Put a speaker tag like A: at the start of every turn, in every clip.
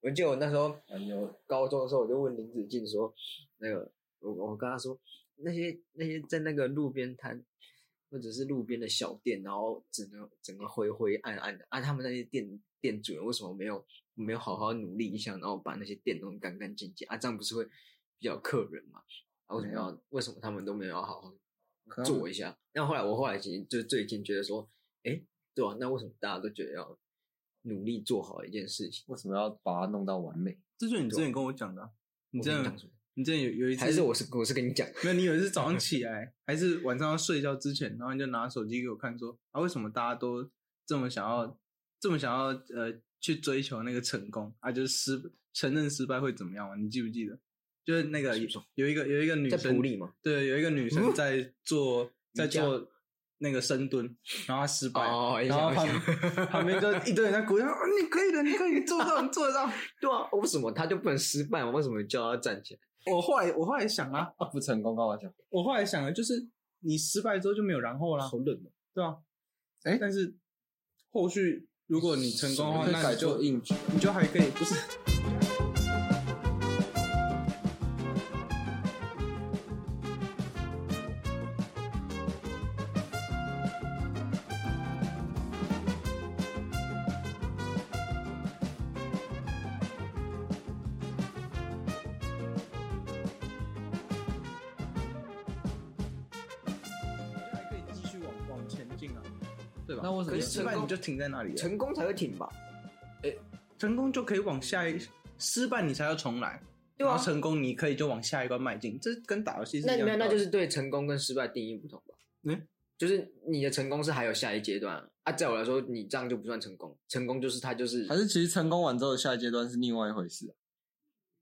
A: 我记得我那时候
B: 蛮有
A: 高中的时候，我就问林子敬说，那个我我跟他说，那些那些在那个路边摊或者是路边的小店，然后整个整个灰灰暗暗的，啊，他们那些店店主人为什么没有没有好好努力一下，然后把那些店弄得干干净净啊？这样不是会比较有客人嘛？啊，为什么要、为什么他们都没有好好
B: 可能
A: 做一下？那后来我后来其实就最近觉得说，哎，对啊，那为什么大家都觉得要努力做好一件事情？
B: 为什么要把它弄到完美？
C: 这就是你之前跟我讲的啊、你之
A: 我跟
C: 前
A: 讲什么
C: 你之前有有一次
A: 还是我是我是跟你讲。
C: 没有，你有一次早上起来，还是晚上要睡觉之前，然后你就拿手机给我看说，啊，为什么大家都这么想要，这么想要呃去追求那个成功啊？就是失承认失败会怎么样嘛？你记不记得？就是那个
A: 什么时候
C: 有一个有一个女
A: 在
C: 生
A: 普，里嗯嘛，
C: 对，有一个女生在做在
A: 瑜伽
C: 做那个深蹲，然后她失败，
A: 哦
C: 然后
A: 我
C: 旁
A: 想
C: 旁边就一堆人在鼓掌，啊你可以的，你可以做到，你做 得到。
A: 对啊，为什么他就不能失败吗？为什么叫他站起来？
C: 我后来我后来想啊，
B: 啊，不成功，跟我讲，
C: 我后来想的就是你失败之后就没有然后啦，
A: 冷哦！
C: 对啊，哎、但是后续如果你成功的话，
B: 可以
C: 那
B: 改
C: 你就
B: 做硬举。
C: 你就还可以不是。还可以继续往往前进啊，对吧？
B: 那为什么
C: 可是失败你就停在那里了？
A: 成功才会挺吧？
C: 成功就可以往下一，失败你才要重来，
A: 对啊
C: 然后成功你可以就往下一关迈进，这跟打游戏是
A: 那
C: 一样
A: 没有，
C: 的道
A: 那
C: 理。
A: 就是对成功跟失败定义不同吧？
C: 嗯，
A: 就是你的成功是还有下一阶段啊啊。在我来说，你这样就不算成功，成功就是他就是
B: 还是其实成功完之后，下一阶段是另外一回事、啊，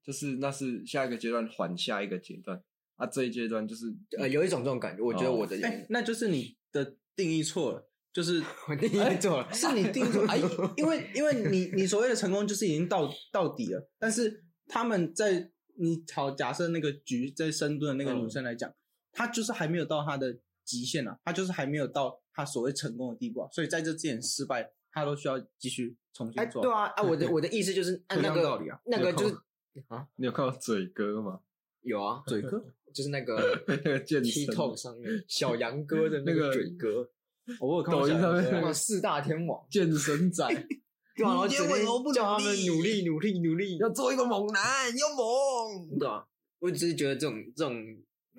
B: 就是那是下一个阶段还下一个阶段啊，这一阶段就是
A: 呃有一种这种感觉。我觉得我的
C: 哎、那就是你的定义错了，就 是哎
A: 我定义错了，
C: 是你定义错了，哎，因为因为你你所谓的成功就是已经到到底了，但是他们在你好假设那个局在深蹲的那个女生来
A: 嗯
C: 讲，她就是还没有到她的极限啊，她就是还没有到她所谓成功的地步啊，所以在这之前失败，她都需要继续重
A: 哎，
C: 新做。
A: 对啊啊！我的我的意思就是按
C: 同
A: 那
C: 样道
A: 个
C: 理啊
A: 那个就是啊
C: 有
B: 你有看到嘴哥吗？
A: 有啊，
C: 嘴哥，
A: 就是那个
B: 那个健身
A: TikTok 上面小杨哥的那个
B: 那个
A: 嘴哥，
C: 我有看
B: 抖音上面
C: 对啊
B: 那个
A: 哇四大天王。
B: 健身 仔
A: 对啊，然后
C: 你
A: 整
C: 为
A: 天
C: 什么不
A: 叫
C: 努
A: 他们
C: 力
A: 努力努力努力，
B: 要做一个猛男，要猛。
A: 对啊，我只是觉得这种这种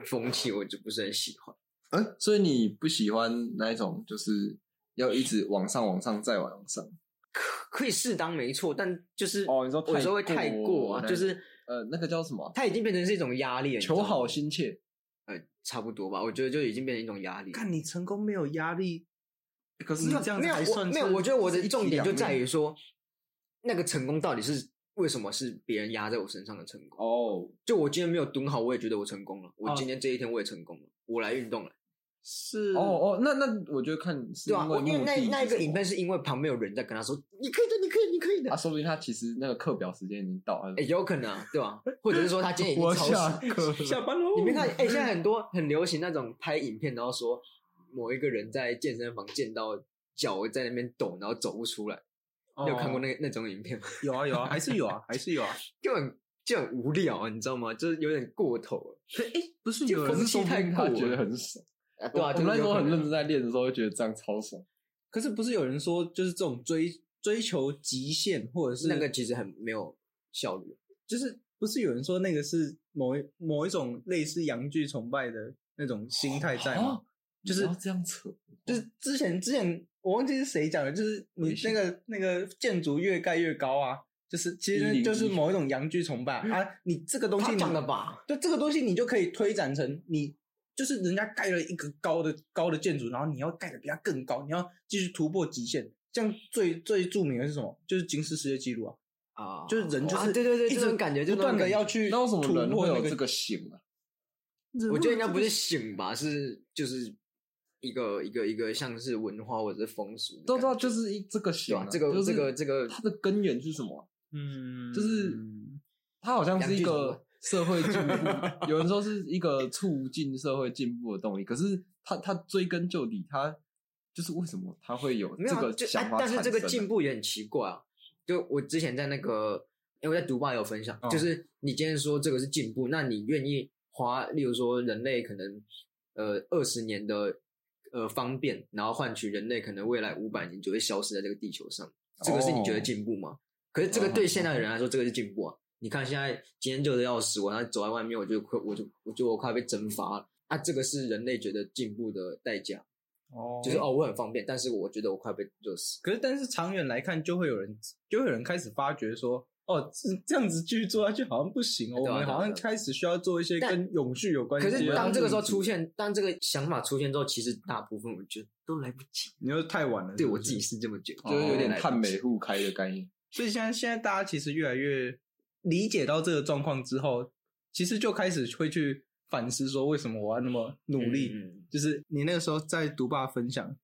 A: 风气我就不是很喜欢。
B: 嗯， 所以你不喜欢那一种，就是要一直往上、往上再往上。
A: 可以适当没错，但就是
B: 哦你说
A: 有时候会
B: 太
A: 太
B: 过
A: 过啊，
B: 那
A: 就是
B: 呃，那个叫什么啊？
A: 它已经变成是一种压力了。你知道
B: 求
A: 吗
B: 好，心切。
A: 呃，差不多吧，我觉得就已经变成一种压力。
C: 看你成功没有压力，可
B: 嗯
C: 是这样
A: 没
C: 子
A: 有
C: 还
A: 我
C: 算
A: 没有，我觉得我的重点就在于
C: 于
A: 说，那个成功到底是为什么是别人压在我身上的成功？
B: 哦，
A: 就我今天没有蹲好，我也觉得我成功了。我
C: 哦
A: 今天这一天我也成功了，我来运动了，
C: 是
B: 哦哦，那那我觉得看是
A: 对啊，我
B: 为
A: 因为
B: 目
A: 那
B: 的
A: 那一
B: 是
A: 个
B: 什么
A: 影片是因为旁边有人在跟他说：“你可以的，你可以，你可以的。”
B: 啊，说不定他其实那个课表时间已经到了。
A: 哎、有可能、啊，对吧、或者是说他今天已 经超时。
B: 哎课
C: 下班喽。
A: 你没看？哎、现在很多很流行那种拍影片，然后说某一个人在健身房见到脚在那边抖，然后走不出来。
C: 哦
A: 你有看过那那种影片吗？
C: 有啊有啊，还是有啊还是有啊。
A: 就很就很无聊啊，你知道吗？就是有点过头 了。
C: 可哎，不是
A: 就
C: 有
B: 可
C: 人
B: 是
A: 气
B: 说不
A: 太
B: 定他
A: 过
B: 觉
A: 了
B: 得很爽。
A: 啊，对啊，
B: 我我们那时候很认真
A: 真。
B: 在练的时候，会觉得这样超爽。
C: 可是不是有人说就是这种追追求极限或者是
A: 那个其实很没有效率。
C: 就是不是有人说那个是某一某一种类似洋剧崇拜的那种心态在吗
B: 啊？
C: 就是
B: 你要这样扯，
C: 就是之前之前我忘记是谁讲的，就是你那个那个建筑越盖越高啊，就是其实
B: 101
C: 就是某一种洋剧崇拜啊。你这个东西
A: 他
C: 你
A: 讲的吧？
C: 对这个东西你就可以推展成你就是人家盖了一个高的高的建筑，然后你要盖的比它更高，你要继续突破极限。这样最最著名的是什么？就是吉尼斯世界纪录啊，
A: 啊，
C: 就是人就是
A: 啊对对对，
C: 一
A: 这
C: 直
A: 种感觉，就
C: 不
A: 那种
C: 断的
A: 感觉
C: 要。去
B: 那为什
C: 突
B: 么人
C: 破
B: 会有
C: 那
B: 这个型啊？
A: 我觉得应该不是醒吧，是就是一个一个一个像是文化或者是风俗的
B: 都
A: 感觉。
B: 知道啊就是一这个
A: 对
B: 型
A: 吧
B: 啊，？
A: 这个
B: 就
A: 这
B: 是
A: 个这个
B: 它的根源是什么啊？
C: 嗯，
B: 就是它好像是一个社会进 步，有人说是一个促进社会进步的动力，可是它它追根究底，它就是为什么它会有
A: 没有
B: 这
A: 啊
B: 个
A: 就
B: 想
A: 哎
B: 法
A: 但是这个
B: 产生
A: 进
B: 呢
A: 步也很奇怪啊。就我之前在那个因为我在读吧有分享，
B: 嗯
A: 就是你今天说这个是进步，那你愿意花，例如说人类可能呃二十年的呃方便，然后换取人类可能未来五百年就会消失在这个地球上，这个是你觉
B: 哦
A: 得进步吗？可是这
B: 嗯
C: 哦
A: 个对现在的人来说，这个是进步啊！你看现在今天热的要死，我要走在外面，我就快，我就我就我快被蒸发了。啊，这个是人类觉得进步的代价，
C: 哦
A: 就是哦，我很方便，但是我觉得我快被热死。
C: 可是，但是长远来看，就会有人，就会有人开始发觉说，哦，这这样子继续做下去好像不行哦，
A: 对
C: 我
A: 啊
C: 们
A: 对啊
C: 好像
A: 对啊
C: 开始需要做一些
A: 但
C: 跟永续有关
A: 可
C: 系啊的。
A: 是当这个时候出
C: 现，
A: 现，当这个想法出现之后，其实大部分我觉得都来不及。
C: 你又太晚了。
A: 对
C: 是不
A: 我
C: 是
A: 自己，是这么觉得，
B: 哦
A: 就是有点来不及
B: 看美互开的概念。
C: 所以现在现在大家其实越来越理解到这个状况之后，其实就开始会去反思说，为什么我要那么努力？
A: 嗯嗯嗯
C: 就是你那个时候在读霸分享，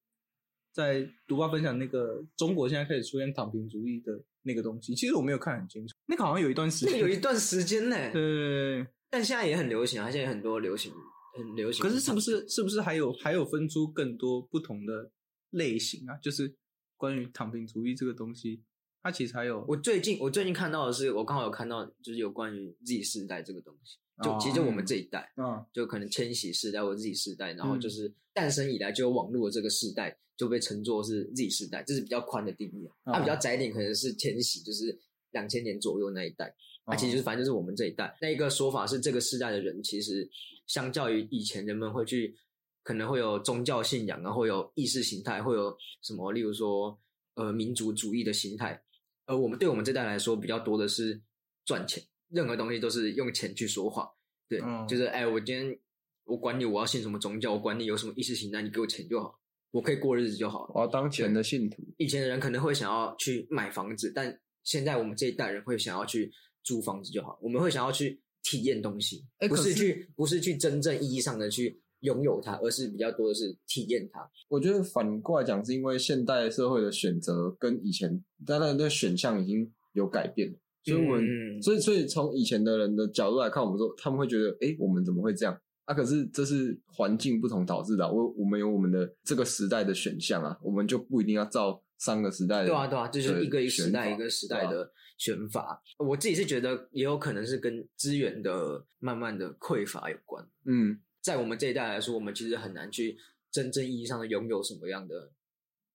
C: 在读霸分享那个中国现在开始出现躺平主义的那个东西，其实我没有看很清楚，那个好像有一段时
A: 这个
C: 间，
A: 有一段时间呢，
C: 对对对对。
A: 但现在也很流行啊，现在很多流行很流行。
C: 可是是不是是不是还有还有分出更多不同的类型啊？就是关于躺平主义这个东西，它其实还有
A: 我最近我最近看到的是，我刚好有看到就是有关于 Z 世代这个东西，就
C: 哦
A: 其实就我们这一代，
C: 嗯
A: 就可能千禧世代或 Z 世代，然后
C: 嗯
A: 就是诞生以来就有网络的这个世代就被称作是 Z 世代，这是比较宽的定义啊。它、
C: 哦
A: 比较窄一点，可能是千禧，就是两千年左右那一代。它、其实
C: 哦
A: 就是反正就是我们这一代。那一个说法是，这个世代的人其实相较于以前，人们会去可能会有宗教信仰啊，会有意识形态，会有什么，例如说呃民族主义的心态。而我们对我们这代来说，比较多的是赚钱，任何东西都是用钱去说话。对，
C: 嗯
A: 就是哎，我今天我管你我要信什么宗教，我管你有什么意识形态，你给我钱就好，我可以过日子就好。
B: 我要当钱的信徒，
A: 以哦前的人可能会想要去买房子，但现在我们这一代人会想要去租房子就好，我们会想要去体验东西，
B: 哎
A: 不
B: 可
A: 是
B: 是
A: 去不是去真正意义上的去拥有它，而是比较多的是体验它。
B: 我觉得反过来讲，是因为现代社会的选择跟以前大家的选项已经有改变了，所以我们、
A: 嗯
B: 所以所以从以前的人的角度来看，我们说他们会觉得，哎、我们怎么会这样？啊，可是这是环境不同导致的啊、我我们有我们的这个时代的选项啊，我们就不一定要照上个时代的。
A: 对啊，对啊，就是一个一个时代
B: 选
A: 一
B: 法
A: 个时代
B: 对啊
A: 的选法。我自己是觉得也有可能是跟资源的慢慢的匮乏有关。
B: 嗯，
A: 在我们这一代来说，我们其实很难去真正意义上的拥有什么样的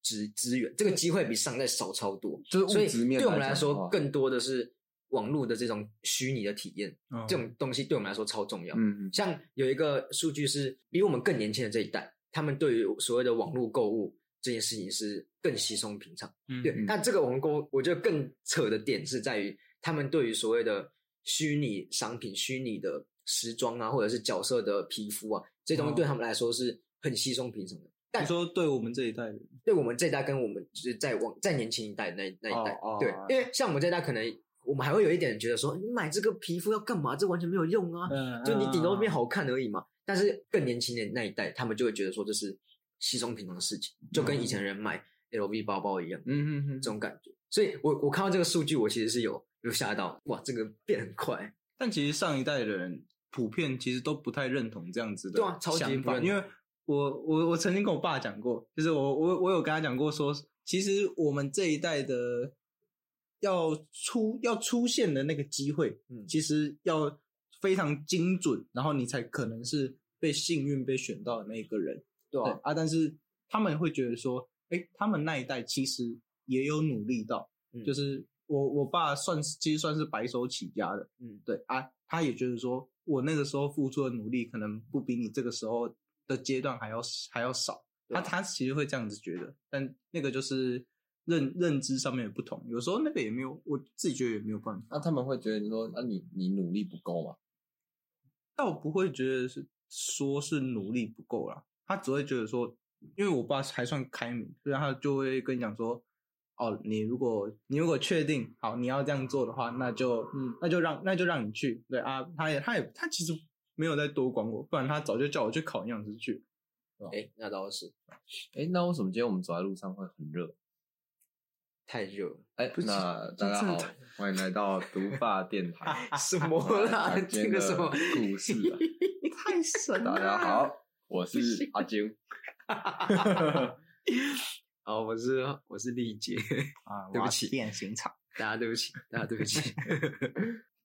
A: 资资源，这个机会比上代少超多。
B: 就是物
A: 所以
B: 质面
A: 对我们
B: 来
A: 来
B: 讲的
A: 说，
B: 话
A: 更多的是网络的这种虚拟的体验，
C: 嗯
A: 这种东西对我们来说超重要。
B: 嗯嗯
A: 像有一个数据是比我们更年轻的这一代，他们对于所谓的网络购物这件事情是更稀松平常。
C: 嗯
A: 对，那这个网购，我觉得更扯的点是在于他们对于所谓的虚拟商品、虚拟的时装啊，或者是角色的皮肤啊，这些东西
C: 哦
A: 对他们来说是很稀松平常的。但
C: 你说对我们这一代人，
A: 对我们这一代跟我们就是在往再年轻一代那那一代，
B: 哦哦
A: 对
B: 哦，
A: 因为像我们这一代，可能我们还会有一点觉得说，你买这个皮肤要干嘛？这完全没有用啊，
C: 嗯
A: 就你顶多变好看而已嘛。但是更年轻的那一代，他们就会觉得说这是稀松平常的事情，就跟以前人买 LV 包包一样。
B: 嗯嗯嗯
A: 这种感觉。所以我我看到这个数据，我其实是有有吓到，哇，这个变很快，
C: 但其实上一代的人普遍其实都不太认同这样子的
A: 对啊超级
C: 想
A: 不
C: 法，
A: 认同
C: 因为我我我曾经跟我爸讲过，就是我我我有跟他讲过说，其实我们这一代的要出要出现的那个机会，
A: 嗯
C: 其实要非常精准，然后你才可能是被幸运被选到的那一个人。
A: 对
C: 对啊，但是他们会觉得说，哎、他们那一代其实也有努力到，
A: 嗯
C: 就是我我爸算是其实算是白手起家的，
A: 嗯，
C: 对啊，他也觉得说我那个时候付出的努力可能不比你这个时候的阶段还要还要少，
A: 对啊
C: 他他其实会这样子觉得，但那个就是认认知上面的不同，有时候那个也没有，我自己觉得也没有办法，
B: 那、他们会觉得你说，那、你你努力不够嘛？
C: 倒不会觉得是说是努力不够啦，他只会觉得说，因为我爸还算开明，所以他就会跟你讲说，哦，你如果你如果确定好你要这样做的话，那就嗯，那就让那就让你去，对啊，他也他也他其实没有再多管我，不然他早就叫我去考营养师去。
A: 哎，那倒是
B: 哎、那为什么今天我们走在路上会很热？
A: 太热了，。
B: 哎、
C: 不是
B: 那
C: 这
B: 大家
C: 真的
B: 好，欢迎来到读发电台
A: 什么啊啦
B: 我们来？讲
A: 这
B: 今天
A: 个
B: 的
A: 什么？
B: 故事 啊？
C: 太神
B: 大
A: 啊
B: 家好，我是阿金。
A: 哦，我是我是丽姐，
C: 啊！
A: 对不
C: 对啊不
A: 起
C: 起，变形场
A: 大家对不起，大家对不起。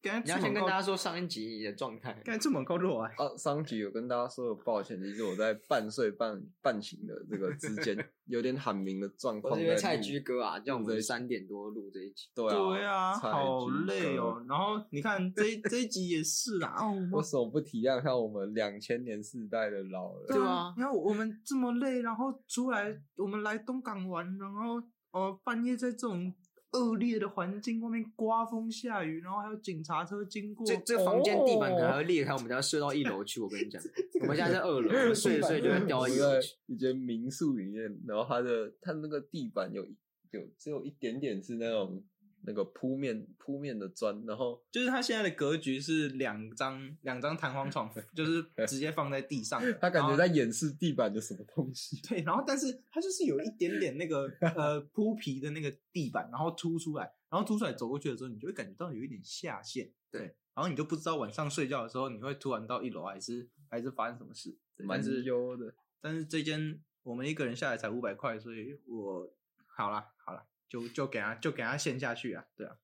C: 刚才
A: 你要先
C: 这
A: 跟
C: 么
A: 大
C: 高
A: 家说上一集你的状态，
C: 刚才这么高弱啊，
B: 啊，上集有跟大家说抱歉，其实我在半睡半半醒的这个之间，有点喊鸣的状
A: 我
B: 况
A: 是
B: 在
A: 因
B: 录。
A: 为蔡居哥啊，叫我
B: 录这
A: 们
B: 一
A: 三点多录这一集，
B: 对啊，
C: 对啊，
B: 蔡
C: 好
B: 居
C: 累
B: 哥
C: 哦。然后你看这一这一集也 是啦，哦，
B: 我手不体谅一下我们两千年世代的老人。
A: 对啊
C: 你看嗯我们这么累，然后出来，我们来东港玩，然后哦、呃半夜在这种恶劣的环境，外面刮风下雨，然后还有警察车经过，
A: 这这个房间地板可能还
C: 哦
A: 会裂开，我们等下睡到一楼去。我跟你讲，我们现在在二楼，我们睡一睡就会掉
B: 我
A: 到一
B: 在
A: 楼去。
B: 一间民宿里面，然后它的它那个地板有有只有一点点是那种那个铺面铺面的砖，然后
C: 就是他现在的格局是两张两张弹簧 床，就是直接放在地上的，
B: 他感
C: 然
A: 啊
B: 觉
C: 后
B: 在掩饰地板的什么 东西。
C: 对，然后但是它就是有一点点那个呃铺皮的那个地板，然后凸出来，然后凸出来走过去的时候，你就会感觉到有一点下陷，对，然后你就不知道晚上睡觉的时候你会突然到一楼还是还是发生什么事，对但是
B: 优的，
C: 但是这间我们一个人下来才五百块，所以我好啦好啦，就就给他就给他陷下去啊，对啊，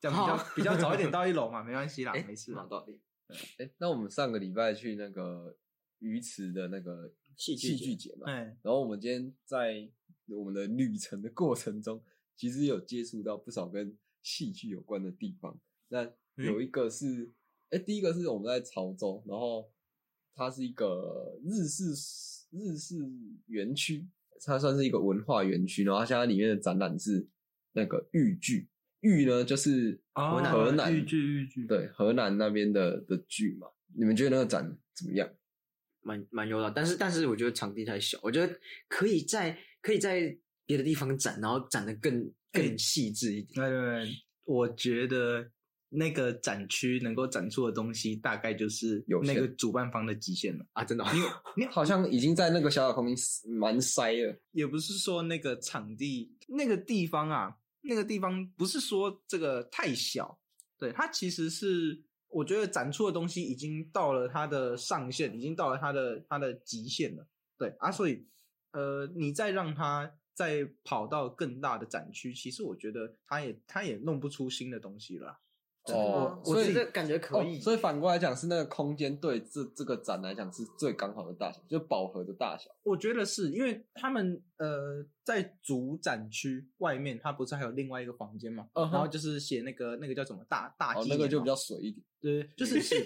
C: 这样比较
A: 好
C: 比较早一点到一楼嘛，没关系啦，
A: 哎，
C: 没事啊
A: 蛮有
C: 啦。
A: 道理。
B: 哎、那我们上个礼拜去那个鱼池的那个
A: 戏剧
B: 戏
A: 节
B: 剧节嘛，
C: 哎，
B: 然后我们今天在我们的旅程的过程中，其实有接触到不少跟戏剧有关的地方。那有一个是，哎、第一个是我们在潮州，然后它是一个日式日式园区，它算是一个文化园区。然后它现在里面的展览是那个豫剧，豫呢就是
C: 哦
B: 河南
C: 豫剧豫剧
B: 对河南那边的的剧嘛。你们觉得那个展怎么样？
A: 蛮蛮优的，但是但是我觉得场地太小，我觉得可以在可以在别的地方展，然后展的更更细致一点。
C: 对对对，我觉得那个展区能够展出的东西，大概就是
B: 有
C: 那
B: 限
C: 个主办方的极限了。
A: 啊，真的哦，
B: 好像已经在那个小小空间蛮塞了。
C: 也不是说那个场地那个地方啊，那个地方不是说这个太小，对它其实是我觉得展出的东西已经到了它的上限，已经到了它的它的极限了。对啊，所以呃，你再让它再跑到更大的展区，其实我觉得它也它也弄不出新的东西了啊。
A: 真的吗
B: 哦
A: 我
B: 所以
A: 觉得感觉可以
B: 哦。。所以反过来讲，是那个空间对这这个展来讲是最刚好的大小，就饱和的大小。
C: 我觉得是因为他们呃，在主展区外面，它不是还有另外一个房间嘛
B: 嗯哼
C: 然后就是写那个那个叫什么大
A: 啊
C: 大
B: 哦
C: 纪，
B: 那
C: 念嘛、
B: 个就比较水一点。
C: 对，就 是是。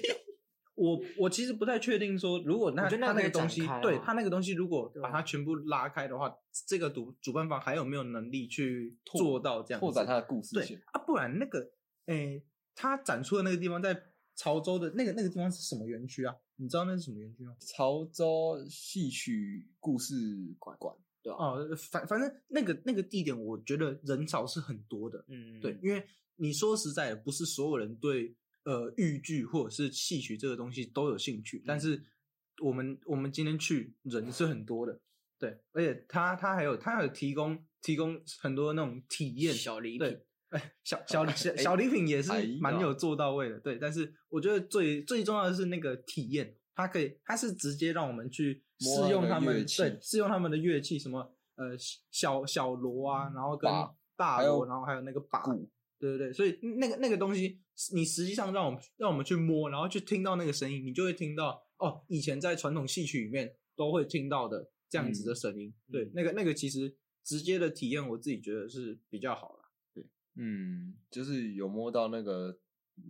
C: 我我其实不太确定说，如果那
A: 我觉得那
C: 他
A: 个可
C: 那个
A: 以展
C: 东西，
A: 开啊
C: 对他那个东西，如果
A: 对
C: 把它全部拉开的话，这个主主办方还有没有能力去做到这样子
B: 拓展它的故事
C: 对
B: 线。
C: 啊，不然那个诶，他展出的那个地方在潮州的那个那个地方是什么园区啊？你知道那是什么园区吗？
B: 潮州戏曲故事馆，
A: 对吧？
C: 哦，反反正那个那个地点，我觉得人潮是很多的，
A: 嗯，
C: 对，因为你说实在的，不是所有人对呃豫剧或者是戏曲这个东西都有兴趣，
A: 嗯
C: 但是我们我们今天去人是很多的，对，而且他他还有他还有提供提供很多那种体验，
A: 小礼
C: 对
A: 品，
C: 哎，小 小礼小小礼品也是
B: 哎呀
C: 蛮有做到位的，对。但是我觉得最最重要的是那个体验，它可以，它是直接让我们去
B: 摸
C: 试用
B: 它
C: 他
B: 们的
C: 们
B: 乐器
C: 对试用他们的乐器，什么呃小小锣啊，然后跟
B: 把
C: 大
B: 还有
C: 锣，然后还有那个把，
B: 鼓
C: 对对对。所以那个那个东西，你实际上让我们让我们去摸，然后去听到那个声音，你就会听到哦，以前在传统戏曲里面都会听到的这样子的声音。
A: 嗯
C: 对，那个那个其实直接的体验，我自己觉得是比较好了。
B: 嗯，就是有摸到那个，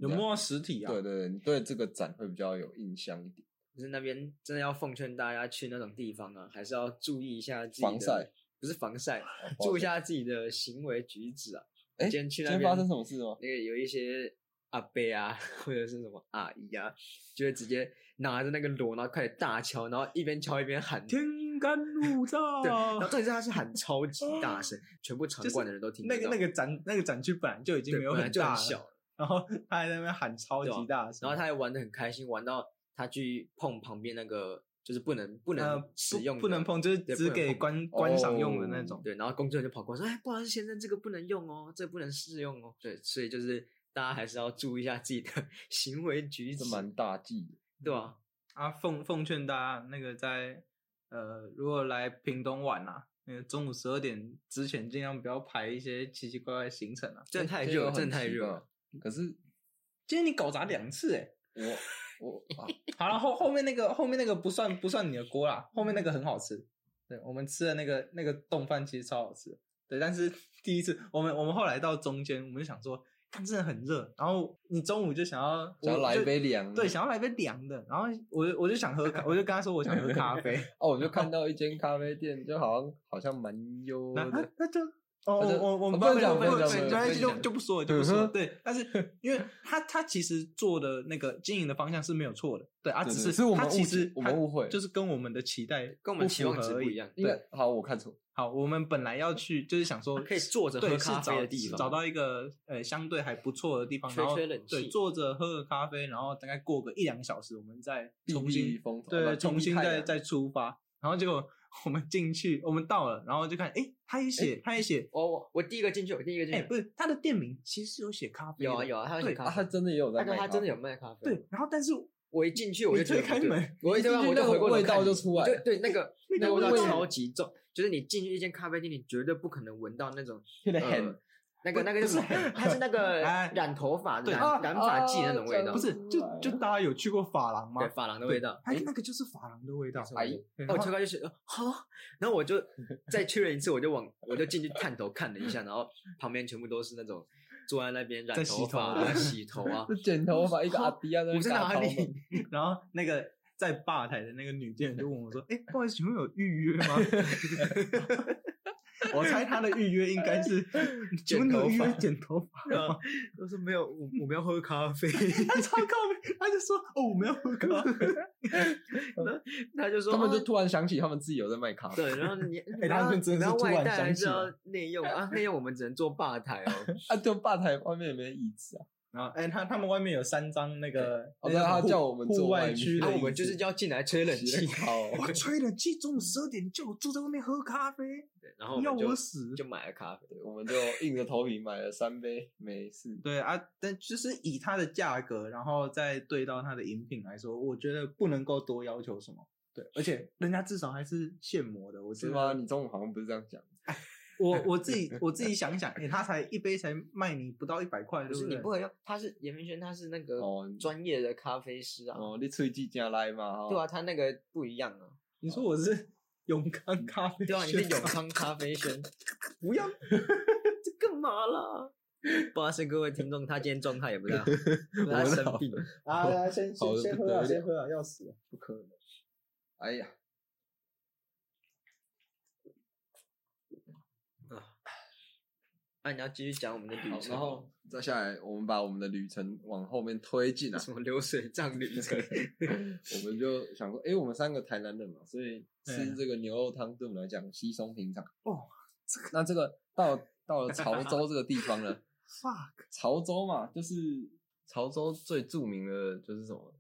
C: 有摸到实体啊？
B: 对对对，你对这个展会比较有印象一点。
A: 就是那边真的要奉劝大家去那种地方啊，还是要注意一下自己的
B: 防晒，哦
A: 不是防 晒，
B: 好
A: 注意一，下自己的行为举止啊。
B: 哎，
A: 今天去那边
B: 发生什么事吗？
A: 那个有一些阿伯啊，或者是什么阿姨啊，就会直接拿着那个锣，然后开始大敲，然后一边敲一边喊。对，
C: 天干物
A: 然后
C: 燥。
A: 重点是他是喊超级大声，全部场馆的人都听得
C: 哦那
A: 到。
C: 个那个展那个展区本来就已经
A: 对
C: 没有
A: 本来
C: 很
A: 就
C: 大
A: 很
C: 了，
A: 小了，
C: 然后他还在那边喊超
A: 对
C: 级
A: 啊
C: 大声，
A: 然后他还玩的很开心，玩到他去碰旁边那个就是不能不
C: 呃
A: 能使
C: 不
A: 用的、
C: 不能碰，就是
A: 对
C: 只
A: 不能
C: 给
A: 碰
C: 观观赏用的那
B: 哦
C: 种。
A: 对，然后工作人员就跑过来说：“哎，不好意思，先生，这个不能用哦，这个不能试用哦。”对，所以就是大家还是要注意一下自己的 行为举止
B: 这，蛮大忌的。
A: 对吧？
C: 啊，奉奉劝大家那个在呃，如果来屏东玩啊，那个中午十二点之前尽量不要排一些奇奇怪怪的行程啊。
A: 真的太
B: 这
A: 热
B: 个
A: 了，真
B: 很
A: 的太
B: 奇
A: 热
B: 怪
A: 了。
B: 可是
C: 今天你搞砸两次
A: 欸
C: 哎、
B: 我我啊，
C: 好了，后后面那个后面那个不算不算你的锅
B: 嗯
C: 啦，后面那个很好吃。对我们吃的那个那个冻饭其实超好吃的，对。但是第一次我们我们后来到中间，我们就想说，看真的很热，然后你中午就想要
B: 想要来一，杯
C: 我就
B: 凉的，
C: 对，想要来一杯凉的。然后我就我就想喝咖，我就跟他说我想喝咖啡，
B: 哦，我就 看到一间咖啡店，就好像好像蛮优
C: 那那
B: 的，
C: 那就。哦，我
B: 那就
C: 我我们
B: 不能讲
C: 不能
B: 不能
C: 不
B: 讲
C: 能
B: 不能讲
C: 对就就不说了，就不说了。
B: 嗯哼
C: 对，但是因为他他其实做的那个经营的方向是没有错的，对啊，
B: 对对
C: 只是
B: 是我们
C: 他
B: 误
C: 其
B: 解
C: 实
B: 我们
C: 他
B: 误会
C: 就是跟我们的期待
A: 跟我们
C: 不
A: 期
C: 符
A: 望值
C: 合
A: 不
C: 而已
A: 一样
B: 应该好，我看错，
C: 好，我们本来要
B: 嗯
C: 去，就是想说
A: 可以坐着喝
C: 对，是
A: 咖啡
C: 找
A: 的地方，
C: 找到一个呃相对还不错的地方，
A: 吹
C: 然后
A: 吹冷气
C: 对坐着喝个咖啡，然后大概过个一两个小时，我们再
B: 避
C: 重
B: 避
C: 新
B: 风头，啊
C: 对
B: 避
C: 重
B: 避
C: 新
B: 太
C: 再
B: 阳
C: 再出发，然后结果我们进去，我们到了，然后就看，哎，他也写，他也写，
A: 我我我第一个进去，我第一个进
C: 哎，
A: 去
C: 不，是他的店名其实有写咖啡的，
A: 有啊有啊，他有
C: 对
A: 写
B: 啊，
A: 咖
B: 他
A: 啡，
B: 真的也有在
A: 他说
B: 卖，
A: 他真的有。卖咖啡。
C: 对，，然后但是
A: 我一进去我就
C: 你
A: 觉得
C: 推
A: 不
C: 开
A: 对，
C: 门，
A: 我一进
B: 进
A: 去
B: 去
A: 我
B: 那
A: 就
B: 个
A: 回过头
B: 味道
A: 看
B: 就
A: 你
B: 出来
A: 就
B: 了
A: 对那个
C: 那
A: 那 个
C: 个
A: 味道
C: 味道
A: 超级重，就是你进去一间咖啡店，你绝对不可能闻到那种
B: 有点
A: 呃
B: 很
A: 那个
C: 不
A: 那个叫
C: 不
A: 什么
C: 是 hen
A: 它是那个
C: 哎
A: 染头发
C: 对
A: 染
C: 啊
A: 染发剂哦的那
B: 啊
A: 种味道，
B: 这
C: 不是就
B: 出来
C: 就大家有去过发廊吗
A: 对？发廊的味道。
C: 它
A: 哎
C: 那个就是发廊的味道。
A: 哎哦，
C: 对
A: 我
C: 然后
A: 推开就是好，然后我就再确认一次，我就往我就进去探头看了一下，然后旁边全部都是那种坐在那边染
C: 在洗
A: 头发啊、
C: 头
A: 洗头 啊，
B: 就呃剪头发，一个
A: 好
B: 阿迪亚在
A: 我
B: 那
A: 在
B: 打
A: 哪
B: 头
A: 里
B: 发？
C: 然后那个在吧台的那个女店员就问我说：“哎、不好意思，请问有预约吗？” 我猜她的预约应该是请问你有预约剪头啊发
A: 然
C: 吗
A: 后？我说没有，我我们要喝咖啡。
C: 他超高明，他就说：“哦，我们要喝咖 啡。
A: 他就说
B: 他们就
A: 啊
B: 突然想起他们自己有在卖咖啡，
A: 对， 然后你
C: 哎
A: 你
C: 他
A: 要
C: 们真的
A: 你要
C: 是突
A: 外
C: 然
A: 带
C: 想
A: 还
C: 起
A: 是
C: 来
A: 要内用啊？内用我们只能坐吧台 哦。
B: 啊，就吧台外面也没椅子啊，”
C: 然后，哎、他他们外面有三张那个，
B: 哦
C: 那个
B: 对他
C: 户
B: 叫我们坐
C: 户
B: 外
C: 外
B: 面
C: 区
A: 然后啊
C: 的椅子，
A: 我们就是要进来吹冷 气，
B: 好
C: 我吹冷气，中午十二点叫我坐在外面喝咖啡，
A: 对然后我
C: 要
A: 们就
C: 我死！
A: 就买了咖啡。
B: 我们就硬着头皮买了三杯，没事。
C: 对啊，但就是以它的价格，然后再对到它的饮品来说，我觉得不能够多要求什么。对，而且人家至少还是现磨的，我觉
B: 是
C: 得
B: 吗？你中午好像不是这样讲，
C: 我我自己我自己想想，哎、他才一杯才卖你不到一百块，
A: 可
C: 对
A: 是
C: 不
A: 你
C: 对？
A: 不能用，他是严明轩，他是那个
B: 哦你
A: 专业的咖啡师啊，
B: 哦，你吹鸡加来嘛？哦
A: 对啊，，他那个不一样啊，
C: 你说我是 永康咖 啡，
A: 对啊，你是永，康咖啡 轩，
C: 不要
A: 这干嘛啦？不好意思，各位听众，他今天状态也不大 好，
B: 我
A: 他
B: 们
A: 生
B: 好
A: 病了。
C: 啊！ 来先
B: 好得
C: 先先
B: 不
C: 喝
B: 得
C: 啊，
B: 了
C: 先喝啊，要死了！
B: 不可能。哎呀，
A: 那啊你要继续讲我们的旅
B: 好，
A: 程，
B: 然后再下来，我们把我们的旅程往后面推进 啊。
A: 什么流水账旅 程，
B: 我们就想说，哎、我们三个台南人嘛，所以
C: 对啊
B: 吃这个牛肉汤对我们来讲稀松平常。
C: 哦，
B: 这个那这个到到了潮州这个地方 呢，
C: fuck，
B: 潮州嘛，就是潮州最著名的就是什么，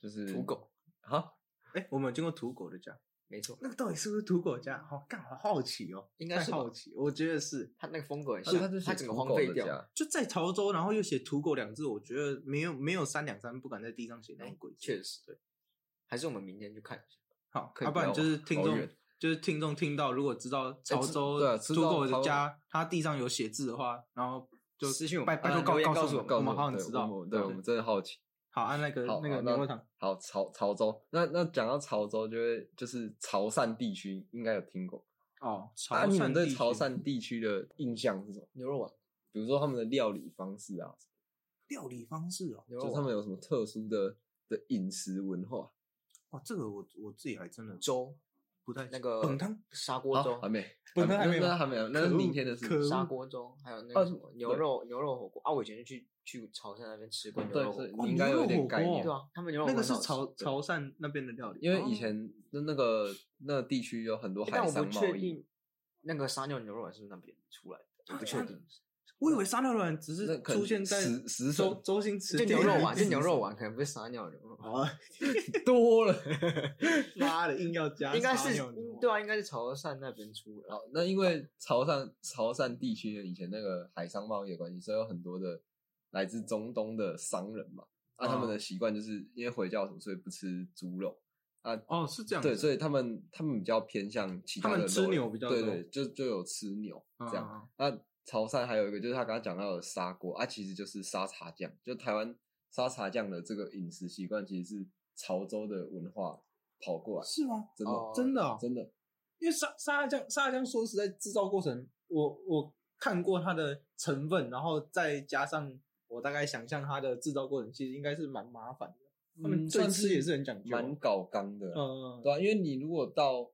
B: 就是
A: 土狗，
B: 啊，
C: 哎、我们有经过土狗的家，
A: 没错，
C: 那个到底是不是土狗家？好、干，好好奇哦，
A: 应该是
C: 太
A: 吧
C: 好奇，我觉得是。
A: 他那个风格很
B: 他
A: 像，
B: 他就
A: 他
B: 写
A: 整个
B: 土
A: 荒
B: 狗
A: 废
B: 的
A: 掉，
B: 家
C: 就在潮州，然后又写“土狗”两个字，我觉得没有没有三两三不敢在地上写那种鬼字。
A: 确实对。还是我们明天去看一下，
C: 好，
A: 可以
C: 要不
A: 不
C: 然
A: 要
C: 就是
A: 往
C: 听
B: 好
C: 众
B: 远
C: 就是听众听到，如果知道潮
B: 知
C: 州
B: 对啊知
C: 土
B: 道
C: 狗
B: 潮
C: 的
B: 州
C: 家，他地上有写字的话，然后就
A: 私信我
C: 拜
A: 们
C: 拜
A: 啊
C: 托告
A: 留言告诉
C: 诉
A: 我
C: 我
A: 们
B: 告
C: 我
B: 诉
C: 们好想
B: 对
C: 知道
B: 我。们对我们真的好奇。
C: 好按那个
B: 好，
C: 那个
B: 好
C: 牛肉汤，
B: 好潮潮州，那那讲到潮州，就会就是潮汕地区应该有听过。
C: 哦，潮
B: 啊，你们
C: 汕
B: 对
C: 地
B: 潮
C: 区
B: 汕地区的印象是什么？
A: 牛肉丸，
B: 比如说他们的料理方式啊，
C: 料理方式哦，
A: 牛
B: 就
A: 肉
B: 是他
A: 丸
B: 们有什么特殊的的饮食文化？
C: 哇，这个我我自己还真的
A: 粥，
C: 不太
A: 那个
C: 本汤
A: 砂锅
B: 好
A: 粥
B: 还，没，
C: 本汤还
B: 还
C: 没
B: 那
C: 吗
B: 还没有，那
C: 可
B: 是明
C: 恶
B: 天的事。
C: 可恶
A: 砂锅粥，还有那
B: 啊
A: 个什么牛
B: 对
A: 肉牛肉火锅啊！我以前就去去潮汕那边吃过牛
B: 嗯对，
A: 肉火
B: 是
A: 锅，
B: 你应该有点概哦
C: 牛肉火锅
B: 念
A: 对，啊，他们牛肉
C: 那
A: 火锅
C: 个是
A: 很好吃
C: 潮
A: 对
C: 潮汕那边的料理，
B: 因为以
C: 哦
B: 前的那个那个地区有很多
A: 但
B: 海
A: 我
B: 上
A: 不
B: 贸
A: 确
B: 易，
A: 定那个沙尿牛肉丸是不是那边出来的，我不确
C: 啊
A: 定。
C: 我以为沙料软只
B: 那
C: 是
B: 可能
C: 出现在
B: 食食
C: 周
B: 神
C: 周星驰
A: 就牛
C: 电
A: 肉
C: 影
A: 丸，就
C: 里
A: 牛肉丸，可能不是撒尿牛肉丸，
C: 啊，
B: 多了。
C: 妈的，硬要加
A: 应该是
C: 牛
A: 嗯对啊，应该是潮汕那边出的。
B: 好，那因为潮汕潮汕地区的以前那个海上贸易的关系，所以有很多的来自啊
C: 哦
B: 中东的商人嘛，那、他们的习惯就是因为回教徒，所以不吃猪肉，啊，
D: 哦，是这样子，
B: 对，所以他们他们比较偏向其他
C: 他
B: 的
C: 们吃
B: local
C: 牛比较
B: 对
C: 多
B: 对，就就有吃牛
C: 嗯
B: 这样。
C: 嗯
B: 那潮汕还有一个就是他刚刚讲到的砂锅啊，其实就是沙茶酱，就台湾沙茶酱的这个饮食习惯其实是潮州的文化跑过来，
C: 是吗？
B: 真的、
A: 哦
C: 真的哦，
B: 真的。
C: 因为沙沙拉酱沙拉酱说实在，制造过程我我看过它的成分，然后再加上我大概想象它的制造过程，其实应该是蛮麻烦的。他们
B: 嗯
C: 对
B: 算
C: 吃也是很讲究，
B: 蛮搞刚的啦，
C: 嗯
B: 对啊，因为你如果到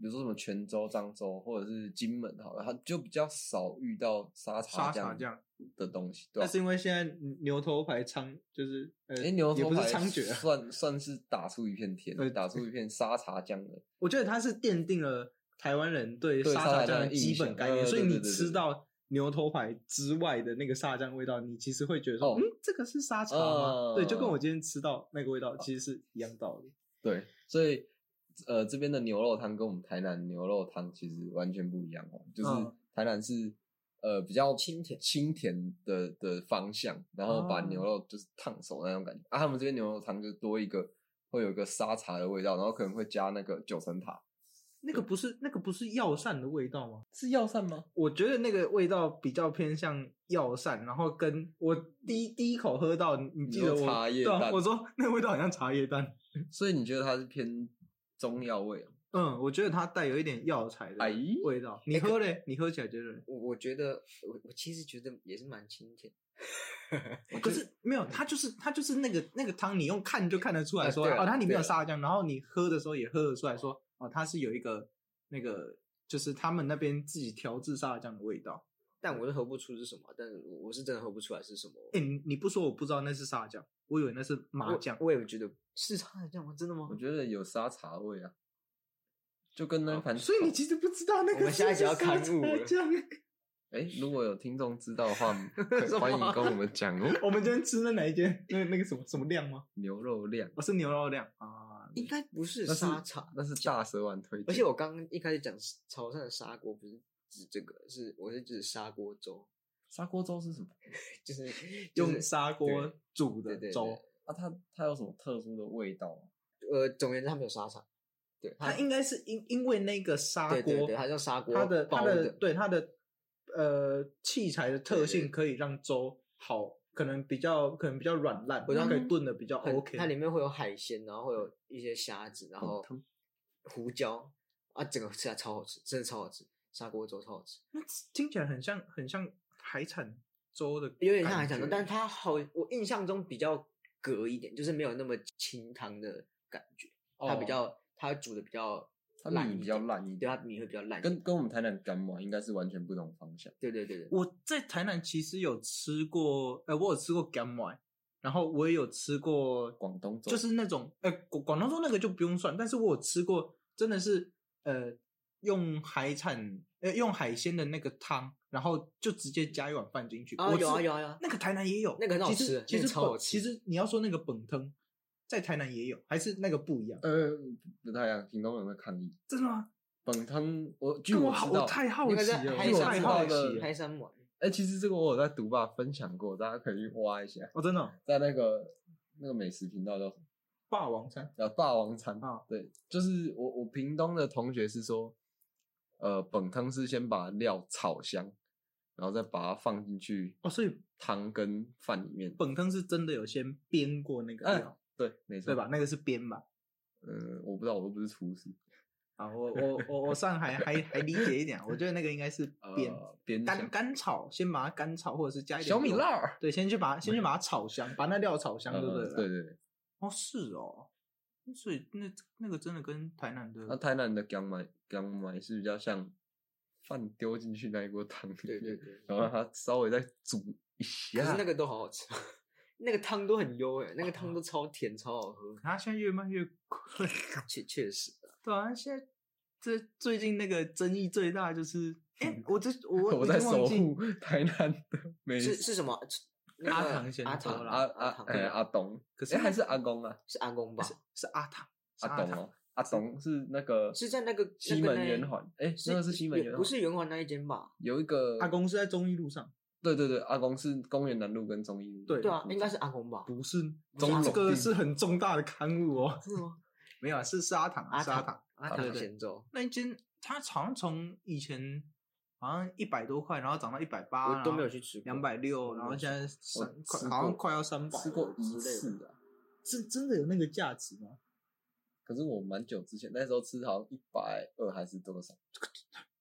B: 比如说什么泉州、漳州或者是金门，好了，它就比较少遇到沙
D: 沙
B: 茶
D: 茶
B: 酱
D: 酱
B: 的东西，对吧、啊
C: 但是因为现在牛头牌猖就是呃，
B: 哎，牛
C: 也
B: 头
C: 不是
B: 牌
C: 猖獗、啊，
B: 算算是打出一片天
C: 对，
B: 打出一片沙茶酱的。
C: 我觉得它是奠定了台湾人对
B: 对
C: 沙
B: 沙
C: 茶
B: 茶
C: 酱
B: 酱
C: 的
B: 的
C: 基
B: 印
C: 本
B: 象
C: 概念，
B: 呃
C: 所以
B: 对
C: 你
B: 对对
C: 吃
B: 对
C: 到牛头牌之外的那个沙酱味道，你其实会觉得说，
B: 哦
C: 嗯，这个是沙茶吗？对，就跟
B: 呃
C: 我今天吃到那个味道其实是一样道理。
B: 对，所以呃，这边的牛肉汤跟我们台南牛肉汤其实完全不一样哦，就是
C: 嗯
B: 台南是。呃，比较
A: 清甜
B: 清甜的的方向，然后把
C: 哦
B: 牛肉就是烫熟那种感觉、啊。他们这边牛肉汤就多一个，会有一个沙茶的味道，然后可能会加那个九层塔，
C: 那个不是那个不是药膳的味道吗？
B: 是药膳吗？
C: 我觉得那个味道比较偏向药膳，然后跟我第一第一口喝到，你你记得
B: 你
C: 我
B: 说茶叶
C: 对啊
B: 蛋
C: 我说那个味道很像茶叶蛋。
B: 嗯所以你觉得它是偏中药味啊？
C: 嗯，我觉得它带有一点药材的
B: 哎
C: 味道。你喝嘞？你喝起来觉得嘞？
A: 我我觉得我我其实觉得也是蛮清甜，
C: 可是没有，它就是它就是那个那个汤，你用看就看得出来
A: 啊
C: 说，
A: 对啊
C: 哦，它里面
A: 对
C: 有
A: 啊
C: 沙拉酱，然后你喝的时候也喝得出来说，哦，它是有一个那个，就是他们那边自己调制沙拉酱的味道。
A: 但我是喝不出是什么，但是我我是真的喝不出来是什么。
C: 哎、你你不说我不知道那是沙拉酱，我以为那是麻
A: 我
C: 酱。
A: 我也觉得是沙茶酱吗？真的吗
B: 我？觉得有沙茶味啊，就跟那盘。
C: 所以你其实不知道那个
A: 我们下一集要
C: 看
A: 刊物了
C: 酱。
B: 哎、如果有听众知道的话，可欢迎跟我们讲哦。
C: 我们今天吃的哪一间？那那个什么什么量吗？
B: 牛肉量，
C: 哦，是牛肉量啊。
A: 应该不是
B: 那是
A: 沙茶，
B: 那是大蛇丸推荐。
A: 而且我刚刚一开始讲潮汕的砂锅不是指这个，是我是指砂锅粥，
B: 砂锅粥是什么？
A: 就是
C: 用
A: 就是
C: 砂锅
A: 对
C: 煮
A: 对
C: 的
A: 对
C: 粥，
A: 对
B: 啊，它它有什么特殊的味道吗？
A: 呃，总而言之它没有沙茶，对
C: 它应该是因因为那个砂锅，
A: 对对对，它叫砂锅
C: 它
A: 包
C: 的它的
A: 的
C: 对它的呃器材的特
A: 对
C: 性
A: 对
C: 可以让粥好，可能比较可能比较软烂，
A: 我
C: 它
A: 让
C: 可以炖的比较
A: 嗯很
C: OK。嗯
A: 它里面会有海鲜，然后会有一些虾子，然后
B: 汤
A: 胡椒啊，整个吃起来超好吃，真的超好吃，砂锅粥超好吃，
C: 那听起来很像很像海产粥的，
A: 有点像海产
C: 粥
A: 粥，，但是它好，我印象中比较隔一点，就是没有那么清汤的感觉，它
C: 哦
A: 比较它煮的比较
B: 它
A: 烂
B: 米
A: 一
B: 比较
A: 点
B: 烂一
A: 对，它
B: 点，
A: 米会比较烂一点，
B: 跟跟我们台南干嘛应该是完全不同方向。
A: 对对对对，
C: 我在台南其实有吃过，呃，我有吃过干麦，然后我也有吃过
B: 广东粥
C: 就是那种呃广广东粥那个就不用算，但是我有吃过，真的是呃用海产呃用海鲜的那个汤，然后就直接加一碗饭进去。
A: 啊
C: 我
A: 有啊
C: 吃
A: 有啊有啊
C: 那个台南也有，
A: 那个很好
C: 其实
A: 吃
C: 其
A: 那
C: 实
A: 个超好
C: 本
A: 吃
C: 其实你要说那个本汤在台南也有，还是那个不一样？
B: 呃不太一样，听众有没有抗议？
C: 真的吗？
B: 本汤我据
C: 干我好
B: 知
C: 我
B: 道，
C: 太好
A: 应
C: 奇
A: 该是
C: 了，
A: 海
C: 我
B: 产
C: 太
B: 道
C: 好奇
B: 的
C: 了
A: 开，山碗，
B: 哎、其实这个我有在读吧分享过，大家可以去挖一下，
C: 我真的哦
B: 在那个那个美食频道叫什么？
C: 霸王餐
B: 呃，霸王餐
C: 啊
B: 对，就是我我屏东的同学是说，呃，本汤是先把料炒香，然后再把它放进去
C: 哦，所以
B: 汤跟饭里面。
C: 本汤是真的有先煸过那个
A: 嗯
B: 哎
C: 料，
B: 对，没错，
C: 对吧？？那个是煸吧？
B: 嗯、我不知道，我又不是厨师。
C: 啊，我我我我算还还还理解一点，我觉得那个应该是
A: 哦
B: 呃
C: 煸、
B: 煸
C: 干
B: 香
C: 干炒，先把它干炒，或者是加一点
B: 小米
C: 油
B: 辣，儿，
C: 对，先去把它先去把它炒香，把那料炒香，对不
B: 呃
C: 对？
B: 对。对对。
C: 哦，是哦，所以那那个真的跟台南的
B: 那台南的姜买姜买是比较像饭丢进去那一锅汤里
A: 对对
B: 面，
A: 对，
B: 然后让它稍微再煮一
A: 可
B: 下。
A: 是那个都好好吃， 那个汤都很优欸诶，那个 汤都超甜超好喝，
C: 它现在越卖越贵，
A: 确确实啊，
C: 对啊，现在这最近那个争议最大就是， 哎，我这我
B: 我
C: 已
B: 在
C: 经忘
B: 守
C: 记
B: 护台南的美
A: 是
B: 食。
A: 是什 么？那
C: 阿
A: 个
C: 唐先啊
A: 阿
C: 说
A: 唐
C: 啦
B: 阿
A: 阿
B: 阿
A: 唐
B: 哎阿东，
C: 可是
B: 哎还是阿公啊，
A: 是阿公吧？
C: 是阿唐，是
B: 阿东
C: 唐
B: 哦，阿东是那个
A: 是在那个
B: 西门圆
A: 圆
B: 环，哎，那个是西门圆环，
A: 不是圆环那一间吧？
B: 有一个
C: 阿，公是在中义路上，
B: 对对对，阿公是公园南路跟中义路，
A: 啊
C: 对
A: 对啊，应该是阿公吧？
C: 不是
B: 中
C: 这
B: 总
C: 个
B: 地
C: 是很重大的刊物哦。
A: 是吗？
C: 没有啊，是砂糖啊，
A: 阿塔
C: 砂糖
A: 阿
C: 对
A: 塔
C: 对
A: 先走，
C: 那一间，它好像从以前好像一百多块，然后涨到一百八，
A: 我都没有去吃过，
C: 两百六，然后现在
B: 我
C: 三快
B: 吃过
C: 好像快要三百，
B: 吃过一
C: 之类的，
B: 次啊，
C: 是真的有那个价值吗？
B: 可是我蛮久之前那时候吃好像一百二还是多少，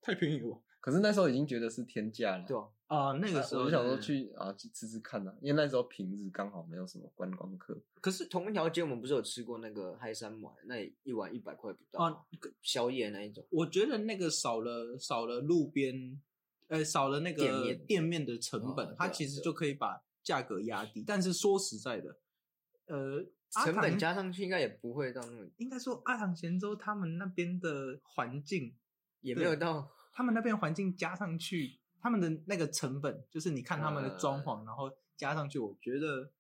C: 太便宜了吧
B: 可是那时候已经觉得是天价了。
A: 对啊，
C: 啊！那个
B: 啊
C: 时候
B: 我就想说
C: 是，
B: 去啊去吃吃看啊，因为那时候平日刚好没有什么观光客，
A: 可是同一条街，我们不是有吃过那个嗨山碗，那一碗一百块不到
C: 啊
A: 宵夜那一种，
C: 我觉得那个少了少了路边，呃，少了那
A: 店
C: 个
A: 面
C: 店面的成本，
A: 哦
C: 它
A: 对啊
C: 其实
A: 对啊
C: 就可以把价格压低。但是说实在的，呃，阿
A: 成本
C: 唐
A: 加上去应该也不会到那么，
C: 应该说阿唐咸州他们那边的环境，
A: 也没有
C: 对
A: 到
C: 他们那边环境加上去，他们的那个成本，就是你看他们的装潢，然后加上去，我觉得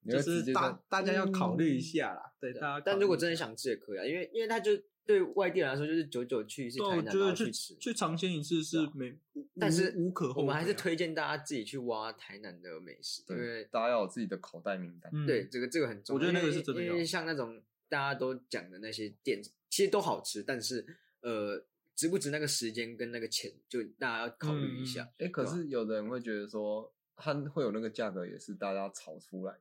B: 你会
C: 就
B: 直接
C: 是
B: 说
C: 大大家要考虑一下啦。对，
A: 对
C: 大家考虑一下。
A: 但如果真的想吃也可以啊，因为因为他就对外地人来说就是久久去一次
C: 对，啊
A: 台
C: 我
A: 南，
C: 觉
A: 然后
C: 得
A: 去
C: 去
A: 吃。
C: 去尝鲜一次是没，无
A: 啊但是
C: 无可厚非啊。
A: 我们还是推荐大家自己去挖台南的美食，因
B: 对，
A: 为
B: 大家要有自己的口袋名单。
C: 嗯
A: 对，这个这个很重要。
C: 我觉得那个
A: 因为
C: 是真的
A: 因
C: 要
A: 为像那种大家都讲的那些店，其实都好吃，但是呃，值不值那个时间跟那个钱，就大家要考虑一
C: 嗯
A: 下。
B: 哎、可
A: 对啊
B: 是有的人会觉得说，他会有那个价格也是大家炒出来的，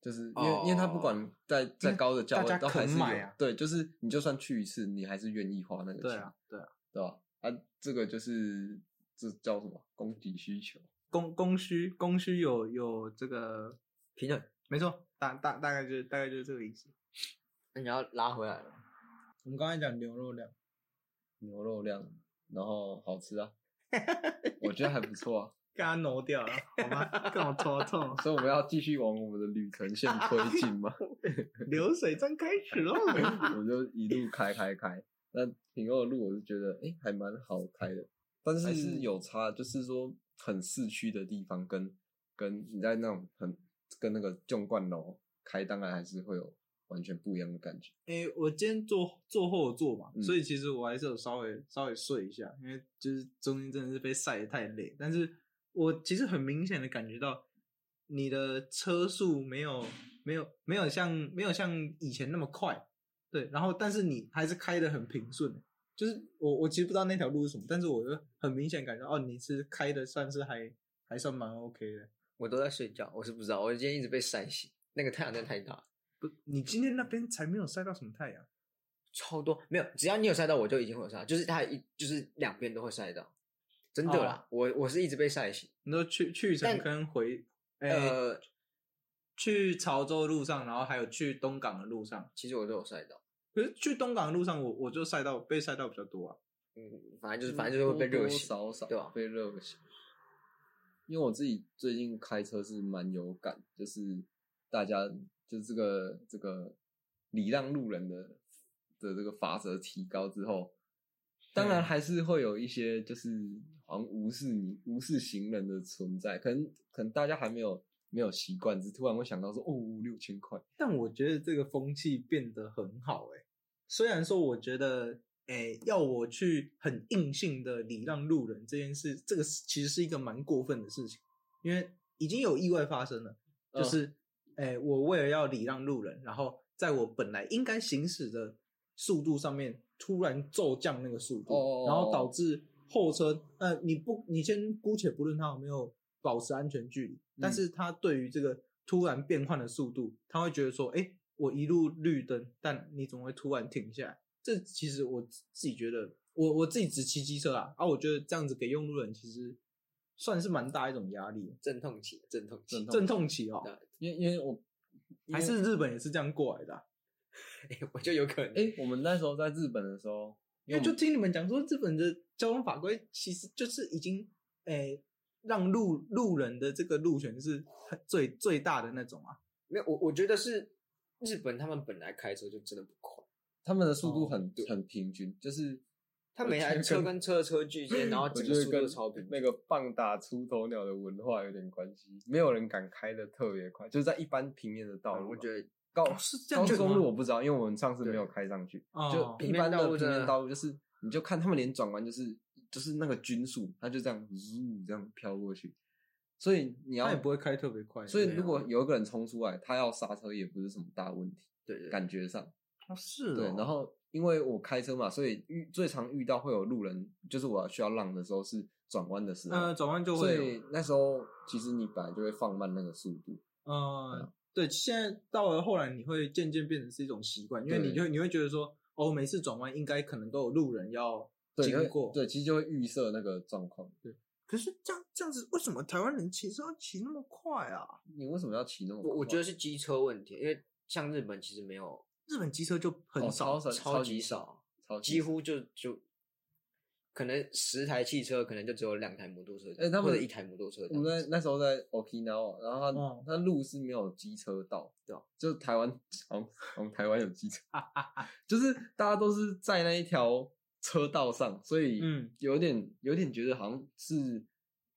B: 就是因为、因为他不管在再高的价
C: 哦大
B: 位
C: 家
B: 都还
C: 肯
B: 是有
C: 买啊
B: 对，就是你就算去一次，你还是愿意花那个钱，
C: 对啊，对啊，
B: 对吧？啊，这个就是这叫什么供给需求，
C: 供供需供需有有这个
A: 平衡，
C: 没错，大大大概就是大概就是这个意思。
A: 那你要拉回来了。
C: 我们刚才讲牛肉量，
B: 牛肉量，然后好吃 啊，我觉得还不错啊，
C: 给它挪掉了，好吗？跟我头 痛，
B: 所以我们要继续往我们的旅程线推进嘛。
C: 流水账开始喽。
B: 我就一路开开开。那平二路我就觉得，哎、还蛮好开的，但是
C: 还
B: 还
C: 是
B: 是有差，就是说很市区的地方跟跟你在那种很跟那个纵贯楼开，当然还是会有完全不一样的感觉。
C: 诶、我今天坐坐后座嘛，
B: 嗯
C: 所以其实我还是有稍微稍微睡一下，因为就是中间真的是被晒得太累。但是我其实很明显的感觉到，你的车速没有没有没有像没有像以前那么快，对。然后但是你还是开得很平顺，就是我我其实不知道那条路是什么，但是我就很明显感觉到哦，你是开的算是还还算蛮 OK 的。
A: 我都在睡觉，我是不知道，我今天一直被晒醒，那个太阳真的太大了，
C: 不，你今天那边才没有晒到什么太阳。
A: 超多没有，只要你有晒到，我就已经会有晒到，就是它一就是两边都会晒到，真的
C: 哦
A: 啦，我我是一直被晒醒，
C: 你说去去程
A: 但
C: 跟回，诶
A: 呃，
C: 去潮州路上，然后还有去东港的路上。
A: 其实我都有晒到，
C: 可是去东港的路上我，我就晒到被晒到比较多啊。
A: 嗯，反正就是反正就是会被热
B: 多多
A: 醒，
B: 少少
A: 对吧
B: 被热醒。因为我自己最近开车是蛮有感，就是大家就这个这个礼让路人的的这个法则提高之后，
A: 嗯
B: 当然还是会有一些就是好像无视你无视行人的存在，可能可能大家还没有没有习惯，只突然会想到说哦六千块，
C: 但我觉得这个风气变得很好诶、虽然说我觉得诶、要我去很硬性的礼让路人这件事，这个是其实是一个蛮过分的事情，因为已经有意外发生了，就
B: 嗯
C: 是诶、我为了要礼让路人，然后在我本来应该行驶的速度上面突然骤降那个速度，
B: 哦
C: 然后导致后车呃你不你先姑且不论它有没有保持安全距离，但
B: 嗯
C: 是他对于这个突然变换的速度，他会觉得说，哎、我一路绿灯，但你怎么会突然停下来？这其实我自己觉得，我我自己只骑机车啊，啊，我觉得这样子给用路人其实算是蛮大一种压力，
A: 阵痛期，阵痛期
B: 阵，痛
C: 阵痛期哦，
A: 对
B: 因为因为我
C: 还是日本也是这样过来的啊、
A: 哎我就有可能，
B: 哎、我们那时候在日本的时候，
C: 因为就听你们讲说，日本的交通法规其实就是已经，诶、让路路人的这个路权是很最最大的那种啊，
A: 没有，我我觉得是日本他们本来开车就真的不快，
B: 他们的速度
C: 哦
B: 很、
A: 对
B: 很平均，就是
A: 他每台车跟车的车距之间，然后
B: 我
A: 整个
B: 觉得
A: 速度
B: 跟
A: 都超平。
B: 那个棒打出头鸟的文化有点关系，没有人敢开的特别快，就是在一般平面的道路
A: 嗯
B: 嘛，
A: 我觉得
B: 高
C: 哦是这样
B: 高
C: 子
B: 速公
C: 吗
B: 路我不知道，因为我们上次没有
A: 对
B: 开上去，
C: 哦
B: 就
A: 平
B: 一般
A: 面道路
B: 的平
A: 真
B: 面
A: 的
B: 道路就是，你就看他们连转弯就是就是那个均速，它就这样呜这样飘过去，所以你
C: 他
B: 要
C: 也不会开特别快，
B: 所以
A: 对啊
B: 如果有一个人冲出来，他要刹车也不是什么大问题，
A: 对对，
B: 感觉上，
A: 啊是哦，
B: 对，然后因为我开车嘛，所以遇最常遇到会有路人，就是我需要让的时候是转弯的时候，
C: 呃，转弯就
B: 所
C: 会
B: 以
C: 有，
B: 那时候其实你本来就会放慢那个速度，
C: 呃，对，现在到了后来，你会渐渐变成是一种习惯，因为
B: 对
C: 你就你会觉得说，哦，每次转弯应该可能都有路人要
B: 对，你
C: 经
B: 会
C: 过，
B: 对，其实就会预设那个状况。
D: 可是这样这样子，为什么台湾人骑车要骑那么快啊？
B: 你为什么要骑那么快？
A: 我我觉得是机车问题，因为像日本其实没有
D: 日本机车就很
B: 哦
D: 少，
B: 超
A: 超级
B: 级
A: 少，
B: 超级
A: 几乎就就可能十台汽车，可能就只有两台摩托车这样，
B: 哎他们
A: 或者一台摩托车这
B: 我
A: 样子，哦
B: 们那那时候在 Okinawa，然后它、
C: 嗯
B: 它路是没有机车道，
A: 对啊
B: 就台湾，好像好像台湾有 机车，就是大家都是在那一条车道上，所以
C: 嗯
B: 有点有点觉得好像是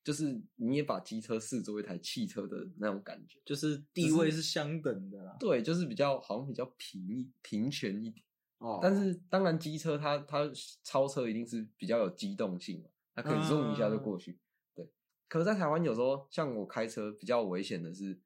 B: 就是你也把机车视作一台汽车的那种感觉，
C: 就是地位是相等的啦。
B: 对，就是比较好像比较平一平权一点。
C: 哦
B: 但是当然，机车它它超车一定是比较有机动性嘛，它可以
C: 啊
B: zoom 一下就过去。对，可是，在台湾有时候像我开车比较危险的是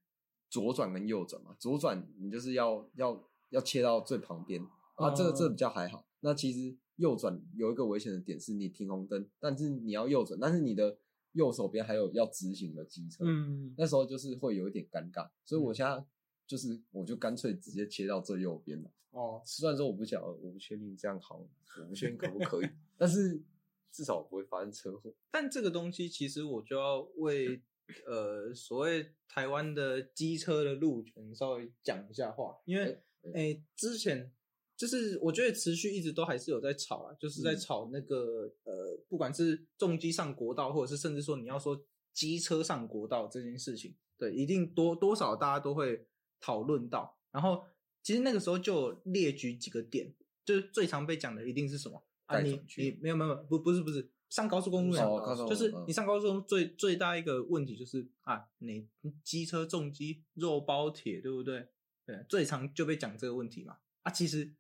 B: 左转跟右转嘛，左转你就是要要要切到最旁边啊，这个这个比较还好。那其实右转有一个危险的点是你停红灯，但是你要右转，但是你的右手边还有要直行的机车，
C: 嗯，
B: 那时候就是会有一点尴尬，所以我现在就是我就干脆直接切到最右边了。
C: 哦，
B: 虽然说我不晓得，我不确定这样好，我不确定可不可以，但是至少不会发生车祸。
C: 但这个东西其实我就要
B: 嗯
C: 为呃所谓台湾的机车的路权稍微讲一下话，
B: 哎
C: 因为诶、之前就是我觉得持续一直都还是有在吵啊，就是在
B: 嗯
C: 吵那个、呃，不管是重机上国道，或者是甚至说你要说机车上国道这件事情，对，一定多多少大家都会讨论到。然后其实那个时候就有列举几个点，就是最常被讲的一定是什么啊？
B: 带
C: 你
B: 转区
C: 你没有没有没有不不是不是上高速公路
B: 哦
C: 上
B: 高速公路
C: 就是
B: 嗯
C: 你上高速公路最最大一个问题就是啊，你机车重机肉包铁对不对？对，最常就被讲这个问题嘛。啊，其实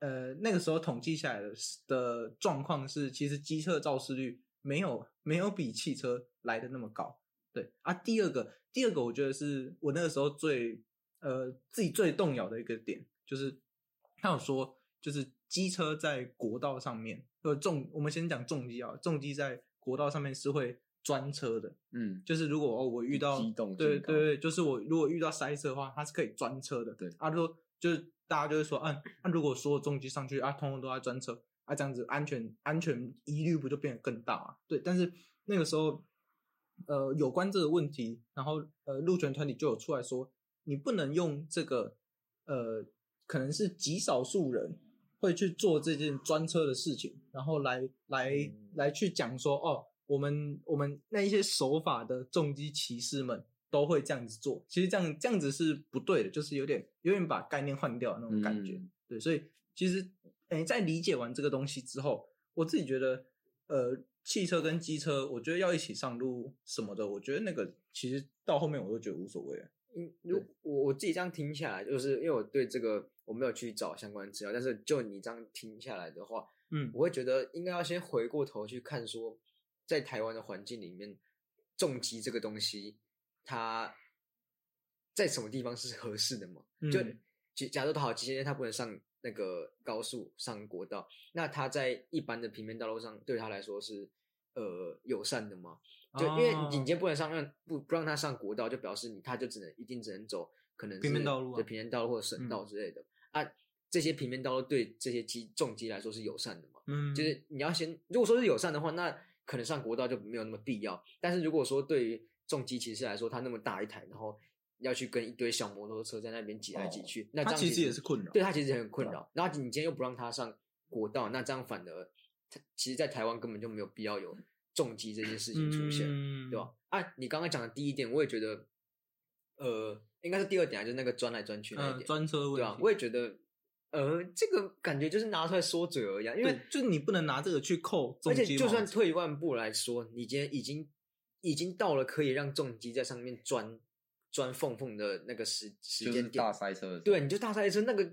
C: 呃那个时候统计下来的的状况是，其实机车肇事率没有没有比汽车来的那么高。对啊，第二个第二个我觉得是我那个时候最呃自己最动摇的一个点，就是他有说就是机车在国道上面，呃重我们先讲重机啊，重机在国道上面是会专车的，
B: 嗯，
C: 就是如果哦我遇到
B: 机动性
C: 对
B: 高
C: 对对，就是我如果遇到塞车的话，它是可以专车的。
B: 对
C: 啊，如果就是大家就会说，嗯，那、如果所有重机上去啊，通通都在专车啊，这样子安全安全疑虑不就变得更大嘛？对，但是那个时候，呃，有关这个问题，然后呃，路权团体就有出来说，你不能用这个呃，可能是极少数人会去做这件专车的事情，然后来来来去讲说，哦，我们我们那一些守法的重机骑士们都会这样子做，其实这样这样子是不对的，就是有点有点把概念换掉的那种感觉。
B: 嗯
C: 对，所以其实诶，在理解完这个东西之后，我自己觉得，呃，汽车跟机车，我觉得要一起上路什么的，我觉得那个其实到后面我都觉得无所谓了。
A: 嗯，如我我自己这样听下来，就是因为我对这个我没有去找相关资料，但是就你这样听下来的话，
C: 嗯
A: 我会觉得应该要先回过头去看说，在台湾的环境里面，重击这个东西，它在什么地方是合适的嘛？就
C: 嗯
A: 其假如说好，今天他不能上那个高速上国道，那他在一般的平面道路上，对他来说是呃友善的吗？就因为
C: 哦
A: 你今天不能上让不不让他上国道，就表示你他就只能一定只能走可能是
C: 平面道路啊嗯
A: 对平面道路或者省道之类的、啊。这些平面道路对这些机重机来说是友善的嘛？
C: 嗯，
A: 就是你要先，如果说是友善的话，那可能上国道就没有那么必要。但是如果说对于重机骑士来说，他那么大一台，然后要去跟一堆小摩托车在那边挤来挤去，那这
C: 哦他
A: 样
C: 其实也是困扰。啊
A: 对他其实很困扰。然后你今天又不让他上国道，那这样反而他其实，在台湾根本就没有必要有重机这件事情出现。
C: 嗯
A: 对吧？？啊，你刚刚讲的第一点，我也觉得，呃，应该是第二点啊，就是那个钻来钻去那一
C: 嗯，
A: 点，
C: 专车的
A: 对
C: 问
A: 吧？
C: 题，
A: 我也觉得，呃，这个感觉就是拿出来说嘴而已啊，因为
C: 对就是你不能拿这个去扣重
A: 而
C: 机
A: 且
C: 嘛，
A: 就算退一万步来说，你今天已经已经到了可以让重机在上面钻钻缝缝的那个时时
B: 就是
A: 间点
B: 大。塞车的时候，
A: 对，你就大塞车，那个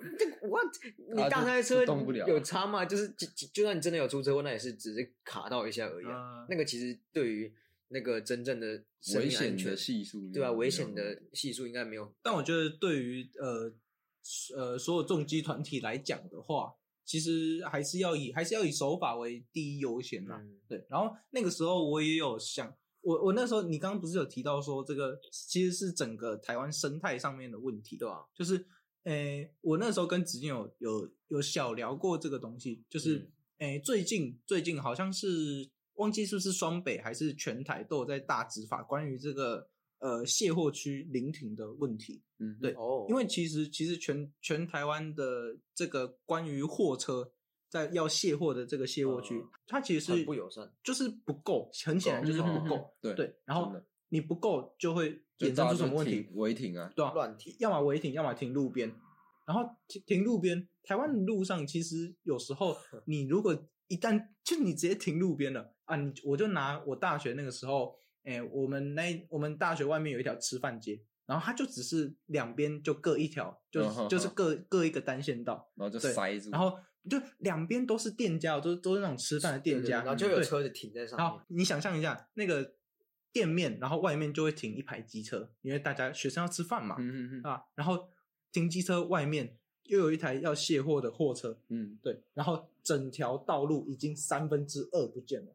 A: 那个 what？你
B: 啊
A: 大
B: 就
A: 塞车
B: 就动不了
A: 有差吗？就是就就就算你真的有出车祸，那也是只是卡到一下而已啊、
C: 嗯
A: 那个其实对于那个真正的啊生
B: 危
A: 命安
B: 险
A: 全
B: 的系数，
A: 对吧、危险的系数应该没有。
C: 但我觉得对于呃呃所有重击团体来讲的话，其实还是要以还是要以手法为第一优先啦。
A: 嗯
C: 对，然后那个时候我也有想，我我那时候你刚刚不是有提到说这个其实是整个台湾生态上面的问题，对
A: 啊
C: 吧？就是，诶、我那时候跟子健有有有小聊过这个东西，就是，
A: 嗯
C: 诶、最近最近好像是忘记是不是双北还是全台都有在大执法关于这个呃卸货区临停的问题，
B: 嗯，
C: 对
A: 哦，
C: 因为其实其实全全台湾的这个关于货车在要卸货的这个卸货区，
A: 嗯
C: 它其实是
A: 很不友善，
C: 就是不够，很显然就是不
B: 嗯
C: 够。
B: 对
C: 对，然后
B: 真的
C: 你不够就会
B: 就
C: 衍生
B: 大
C: 出
B: 家
C: 什么
B: 就
C: 问题
B: 停？违停啊，
C: 对啊，
A: 乱停，
C: 要么违停，要么停路边。然后停停路边，台湾的路上其实有时 候你如果一旦就你直接停路边了啊，你我就拿我大学那个时候，哎、我们那我们大学外面有一条吃饭街，然后它就只是两边就各一条，就
B: 嗯哼
C: 就是
B: 哼嗯
C: 各各一个单线道，
B: 然后就
C: 对
B: 塞住，
C: 然后就两边都是店家，都都是那种吃饭的
A: 对
C: 店
A: 对
C: 家，
A: 然后就有
C: 对
A: 车子停在上
C: 然后
A: 面，
C: 你想象一下那个店面，然后外面就会停一排机车，因为大家学生要吃饭嘛，
B: 嗯嗯嗯
C: 啊，然后停机车外面又有一台要卸货的货车，
B: 嗯，
C: 对，然后整条道路已经三分之二不见了，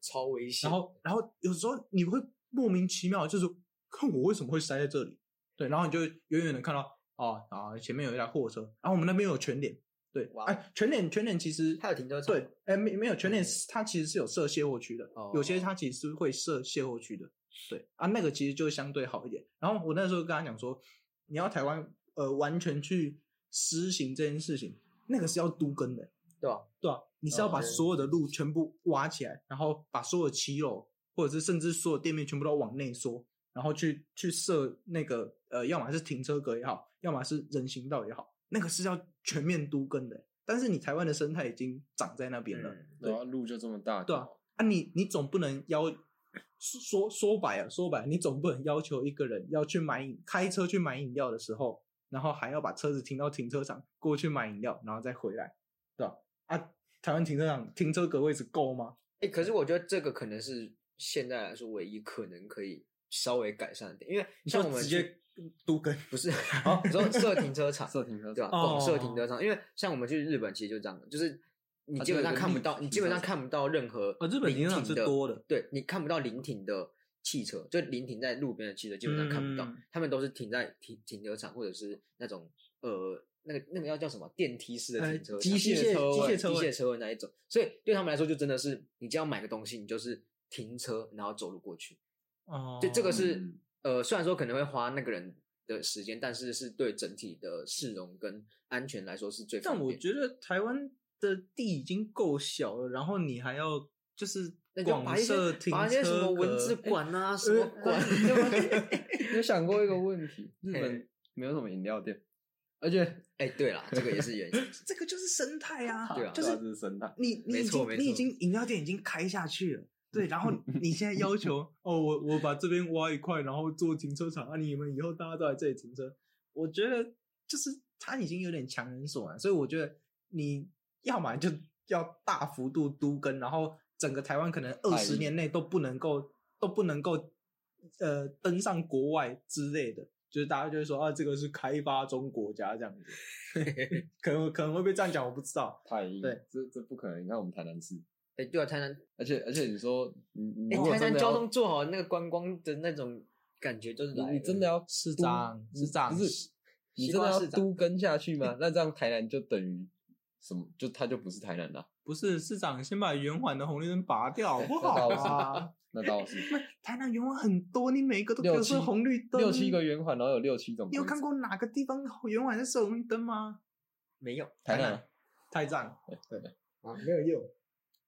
A: 超危险。
C: 然后然后有时候你会莫名其妙，就是看我为什么会塞在这里，对，然后你就会远远的看到哦啊前面有一台货车，然后我们那边有全脸，对，
A: 哇
C: 哎全脸全脸其实
A: 它有停车场，
C: 对，哎、没没有全脸是，它其实是有设卸货区的，
A: 哦
C: 有些它其实是会设卸货区的，对啊，那个其实就相对好一点。然后我那时候跟他讲说，你要台湾呃完全去施行这件事情，那个是要都跟的，
A: 对吧？
C: 对吧、啊你是要把
A: 哦对
C: 所有的路全部挖起来，然后把所有骑楼或者是甚至所有店面全部都往内缩，然后去去设那个呃，要么是停车格也好，要么是人行道也好，那个是要全面都跟的。欸但是你台湾的生态已经长在那边了，
A: 嗯
B: 然后路就这么大，
C: 对啊，啊你你总不能要说说白了，说白了，你总不能要求一个人要去买饮开车去买饮料的时候，然后还要把车子停到停车场过去买饮料，然后再回来，对吧？啊，台湾停车场停车格位置够吗？
A: 哎、可是我觉得这个可能是现在来说唯一可能可以稍微改善的点，因为
C: 你
A: 像
C: 说
A: 我们
C: 直
A: 去
C: 接都跟
A: 不 是，哦，你说设停车场，
B: 设停车
A: 对吧？
B: 场，
A: 广设
C: 哦
A: 停车场，因为像我们去日本其实就这样的，就是你
B: 它
A: 基
B: 就
A: 本
B: 有
A: 上
B: 个
A: 看不
B: 立
A: 到，
B: 体
A: 你
B: 停
A: 基本
B: 车
A: 上看不到任何
C: 啊日本
A: 临
C: 停车场
A: 呃停
C: 是多的，
A: 对你看不到临停的汽车，就临停在路边的汽车基本上看不到
C: 嗯，
A: 他们都是停在停停车场或者是那种呃。那个那个要叫什么电梯式的
C: 呃
A: 停车场，
C: 机械
A: 车
C: 机械
A: 位、
C: 车
A: 机
C: 位
A: 械车位那一种，所以对他们来说就真的是，你只要买个东西，你就是停车然后走路过去，
C: 哦
A: 就这个是、
B: 嗯
A: 呃，虽然说可能会花那个人的时间，但是是对整体的市容跟安全来说是最方
C: 但
A: 便。
C: 我觉得台湾的地已经够小了，然后你还要就是
A: 那就
C: 广
A: 把一些
C: 设停
A: 把一些
C: 车
A: 什么文
C: 格
A: 字
C: 哎
A: 馆啊，什么
C: 呃
A: 馆，对 吧？
B: 有想过一个问题，日
A: 嘿
B: 本没有什么饮料店，而且
A: 哎、对啦，这个也是原因。
C: 这个就是生态啊，
A: 对啊
C: 就
B: 大
C: 是
B: 致生态，
C: 你你
A: 没
C: 已
A: 错
C: 经
A: 没
C: 你已
A: 错
C: 经饮料店已经开下去了，对，然后你现在要求哦，我我把这边挖一块，然后做停车场啊，你们以后大家都来这里停车，我觉得就是他已经有点强人所难，所以我觉得你要么就要大幅度都跟，然后整个台湾可能二
B: 百亿
C: 十年内都不能够都不能够呃登上国外之类的。就是大家就会说啊，这个是开发中国家这样 子，可能可能会被这样讲，我不知道。
B: 太硬，
C: 对，
B: 这这不可能。你看我们台南市，
A: 哎、对啊，台南，
B: 而且而且你说你你
A: 哎、
B: 如果
A: 台
B: 真
A: 南
B: 的
A: 交
B: 要
A: 通做好，那个观光的那种感觉就是
B: 你
A: 来
B: 你
A: 了嗯
B: 真的要
C: 市
B: 都
C: 长
B: 你
C: 市长
B: 不是
C: 西
B: 你
A: 西
B: 真的
A: 瓜
B: 要
A: 市长
B: 都跟下 去吗？那这样台南就等于什么？就它就不是台南了。
C: 不是市长先把圆环的红绿灯拔掉，好不好啊？
B: 那 倒是
C: 台南圆环很多，你每一个都标
B: 六七
C: 设红绿灯，
B: 六七个。圆环，然后有六七种规则。
C: 你有看过哪个地方圆环是设红绿灯吗？
A: 没有
B: 台
C: 台
B: 南
C: 南？太赞，
A: 啊，
C: 没有用。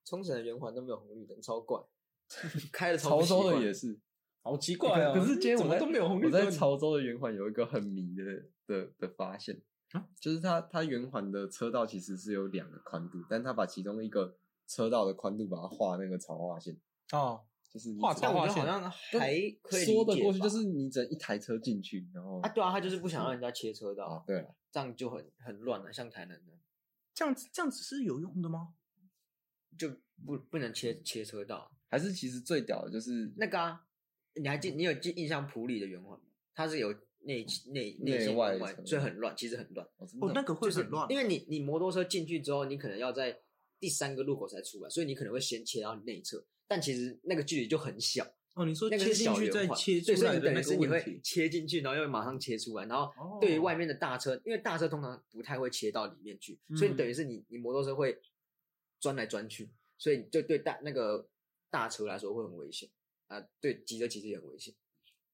A: 冲绳的圆环都没有红绿灯，超怪， 开了超
B: 潮
A: 不习
B: 州的
A: 惯
B: 也是，
C: 好奇怪啊！
B: 可可是今天
C: 怎
B: 我
C: 么
B: 在
C: 都没有红
B: 我
C: 绿灯。
B: 在潮州的圆环有一个很迷的的的发现
C: 啊，
B: 就是它它圆环的车道其实是有两个宽度，但它把其中一个车道的宽度把它画那个潮化线，
C: 哦，
B: 就是你
C: 画
B: 只
A: 但我觉得好
C: 划线
A: 像还可以理
B: 说得
A: 解
B: 过去，
A: 吧
B: 就是你整一台车进去，然后
A: 啊，对啊，他就是不想让人家切车道
B: 啊，对了，
A: 这样就很很乱了、像台南的
C: 这样子这样子是有用的吗？
A: 就不不能切切车道。
B: 还是其实最屌的就是
A: 那个啊，你还记你有记印象普里的圆环吗？它是有内内内线
B: 内外
A: 跟外，
B: 层
A: 所以很乱，其实很乱。
B: 哦，真的
D: 哦，那个会
A: 就是
D: 很乱，
A: 因为你你摩托车进去之后，你可能要在第三个路口才出来，所以你可能会先切到内侧，但其实那个距离就很小，
C: 哦，你说
A: 那个
C: 切
A: 是
C: 进
A: 小
C: 去
A: 圆
C: 再
A: 环，
C: 切
A: 对
C: 出
A: 所以
C: 来
A: 你
C: 的
A: 等
C: 那
A: 于
C: 个
A: 是你
C: 问
A: 会
C: 题，
A: 切进去，然后又马上切出来，然后
C: 哦
A: 对于外面的大车，因为大车通常不太会切到里面去，所以
C: 嗯
A: 等于是你你摩托车会钻来钻去，所以就对大那个大车来说会很危险啊，对急车其实也很危险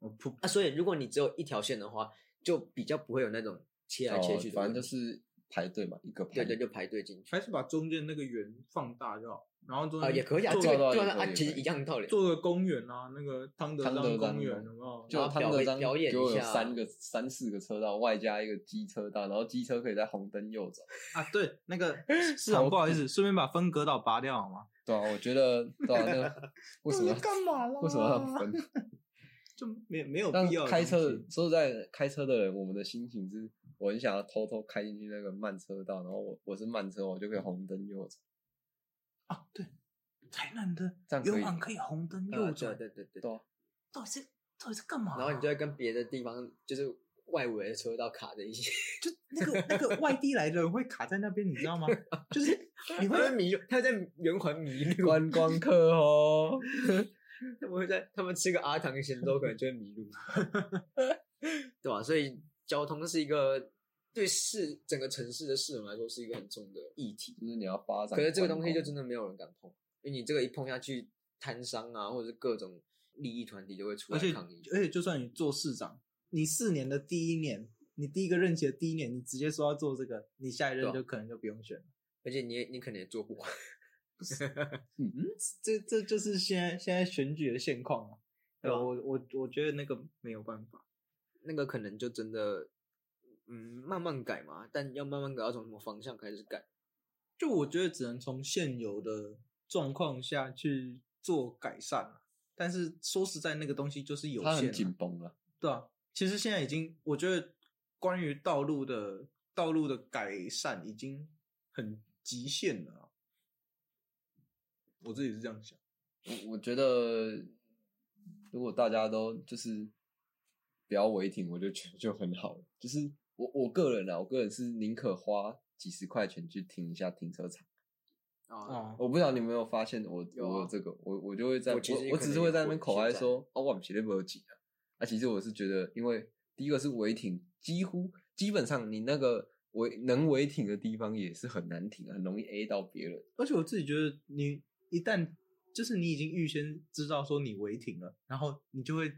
C: 哦不
A: 啊，所以如果你只有一条线的话，就比较不会有那种切来切去
B: 哦
A: 的
B: 反
A: 问题，
B: 正就是排队嘛，一个
A: 对
B: 排
A: 对，就排队进去。
C: 还是把中间那个圆放大就好，然后中
A: 啊，
C: 间
A: 也可以啊，
C: 做
A: 这
B: 做
A: 个
B: 到
A: 就
B: 也
A: 是
B: 可
A: 啊，
B: 以
A: 其实
B: 可以
A: 一样道理。
C: 做个公园啊，那个汤德
B: 汤
C: 章
B: 德章
C: 公园
B: 公园
C: 有没有？
B: 就他们
A: 表
B: 的
A: 演
B: 章
A: 表演
B: 就
A: 一
B: 有
A: 下啊
B: 三个三四个车道，外加一个机车道，然后机车可以在红灯 右转。
C: 啊，对，那个市长不好意思，顺便把分隔岛拔掉好吗？
B: 对啊，我觉得对啊，那 个为什么要
D: 干嘛啦？
B: 为什么要分？
C: 就没没有
B: 但
C: 必要的
B: 开车
C: 东西
B: 说实在的，开车的人，我们的心情是，我很想要偷偷开进去那个慢车道，然后我我是慢车，我就可以红灯右转。
C: 啊，对，台南的
B: 这样可以
C: 游览可以红灯
A: 啊
C: 右
A: 对
C: 转，
A: 对对对。
B: 对啊，
C: 到底是到底是干嘛啊？
A: 然后你就会跟别的地方就是外围的车道卡在一起，
C: 就那个那个外地来的人会卡在那边，你知道吗？ 就是你
A: 你会
C: 会
A: 迷路，他会在圆环迷路，
B: 观光客哦，
A: 他们会在他们吃个阿糖咸粥可能就会迷路，对吧、所以交通是一个对市整个城市的市容来说是一个很重的议题。
B: 就是你要发展。
A: 可是这个东西就真的没有人敢碰，因为你这个一碰下去，摊商啊或者是各种利益团体就会出
C: 而
A: 来
C: 且
A: 抗议。
C: 而且，就算你做市长，你四年的第一年，你第一个任期的第一年，你直接说要做这个，你下一
A: 对
C: 任
A: 啊
C: 就可能就不用选了。
A: 而且你也你可能也做不完，
B: 嗯，嗯
C: 这这就是现在现在选举的现况啊。
A: 对啊
C: 我我我觉得那个没有办法。
A: 那个可能就真的，嗯，慢慢改嘛，但要慢慢改，要从什么方向开始改？
C: 就我觉得只能从现有的状况下去做改善了、但是说实在，那个东西就是有
B: 它
C: 限、
B: 很
C: 啊
B: 紧，绷了。
C: 对啊。其实现在已经，我觉得关于道路的道路的改善已经很极限了啊、我自己是这样想，
B: 我我觉得，如果大家都就是不要违停，我就觉得就很好了。就是我我个人啊，我个人是宁可花几十块钱去停一下停车场。
C: 哦
A: 啊，
B: 我不知道你有没有发现我，
A: 有啊
B: 我有这个，我我就会在
A: 我
B: 我
A: 其实也
B: 我
A: 可
B: 只
A: 能
B: 是
A: 也
B: 会在那
A: 会
B: 边口
A: 现
B: 嗨
A: 在
B: 说，哦，我们绝对没有挤啊。啊，其实我是觉得，因为第一个是违停，几乎基本上你那个违能违停的地方也是很难停，啊很容易 A 到别人。
C: 而且我自己觉得，你一旦就是你已经预先知道说你违停了，然后你就会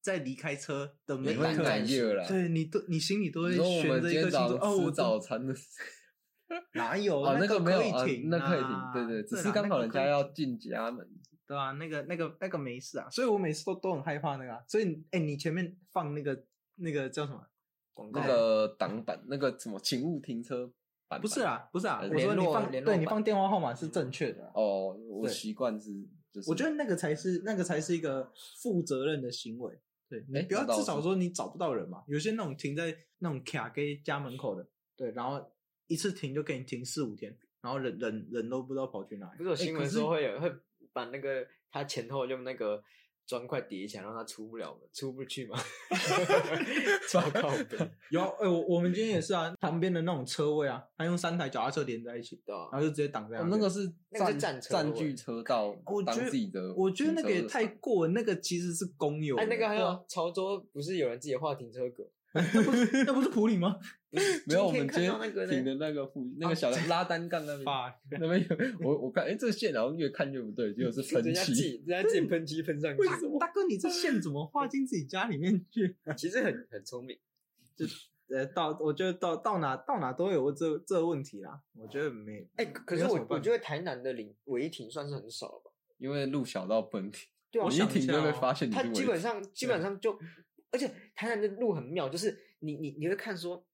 C: 在离开车的每
B: 你
C: 一
B: 会
C: 刻，
B: 感业了啦。
C: 对你都你心里都会
B: 你说我
C: 悬
B: 们
C: 着
B: 今
C: 一
B: 天
C: 颗心
B: 早
C: 说，哦，
B: 上
C: 我
B: 吃早餐的时
C: 哪有
B: 候，哦，那
C: 个
B: 个没有
C: 可以
B: 啊
C: 停，
B: 那可以
C: 啊
B: 停，对对，只
C: 对
B: 是
C: 啦
B: 刚
C: 那
B: 好
C: 个
B: 人
C: 可
B: 家
C: 以
B: 要
C: 停
B: 进家门，
C: 对啊，那个那个那个没事啊，所以我每次都都很害怕那个、啊，所以哎、你前面放那个那个叫什么？
A: 广告
B: 那个挡板，那个什么请勿停车板，
C: 不是，啊，不是啊，
B: 呃
C: 我说
A: 联
C: 你
A: 络
C: 放
A: 联
C: 对
A: 络
C: 你
A: 板
C: 放电话号码是正确的啊、
B: 嗯哦，我
C: 对
B: 习惯是就是，
C: 我觉得那个才是那个才是一个负责任的行为。对你
B: 哎
C: 不要
B: 那倒
C: 至少
B: 是
C: 说你找不到人嘛，有些那种停在那种卡给家门口的，对，然后一次停就给你停四五天，然后人人人都不知道跑去哪
A: 不
C: 里。
A: 是有新
B: 可
A: 闻
B: 是
A: 说会有会把那个他前后用那个砖块叠起来，让他出不了出不去嘛， 抓靠背，
C: 有啊，哎、我我们今天也是啊，旁边的那种车位啊，他用三台脚踏车连在一起，
A: 对啊吧、
C: 然后就直接挡在
B: 哦
C: 那边、
B: 那个是
A: 那个是
B: 占
A: 占车位
B: 据车道
C: 我
B: 当
C: 觉得
B: 自己的，
C: 我觉得那个也太过了，那个其实是公有的。
A: 哎、那个还
C: 对啊
A: 有潮州不是有人自己画停车格？
C: 那不是那不是普 里吗？
B: 没有我
A: 今天
B: 们今
A: 看到那
B: 天
A: 个呢哦
B: 停的那个附那个小拉单杠那边
C: 爸，
B: 那边有我我看哎这个线好像越看越不对，结果 是喷
A: 人家自
B: 漆，
A: 己人家自己喷漆喷上去，
C: 大哥，你这线怎么画进自己家里面去？
A: 其实很很聪明。
C: 呃，到我觉得到到哪到哪都有这这个问题啦。我觉得没
A: 哎、可
C: 没
A: 是
C: 有什
A: 我
C: 么办
A: 我
C: 法
A: 觉得台南的临违停算是很少了吧？
B: 因为路小到不能停，
A: 对啊，
B: 你
C: 想一
B: 停
C: 下
B: 就会
C: 哦
B: 发现你
A: 它
B: 是
A: 基
B: 违
A: 本
B: 停
A: 上基本上就，而且台南的路很妙，就是你你你会看说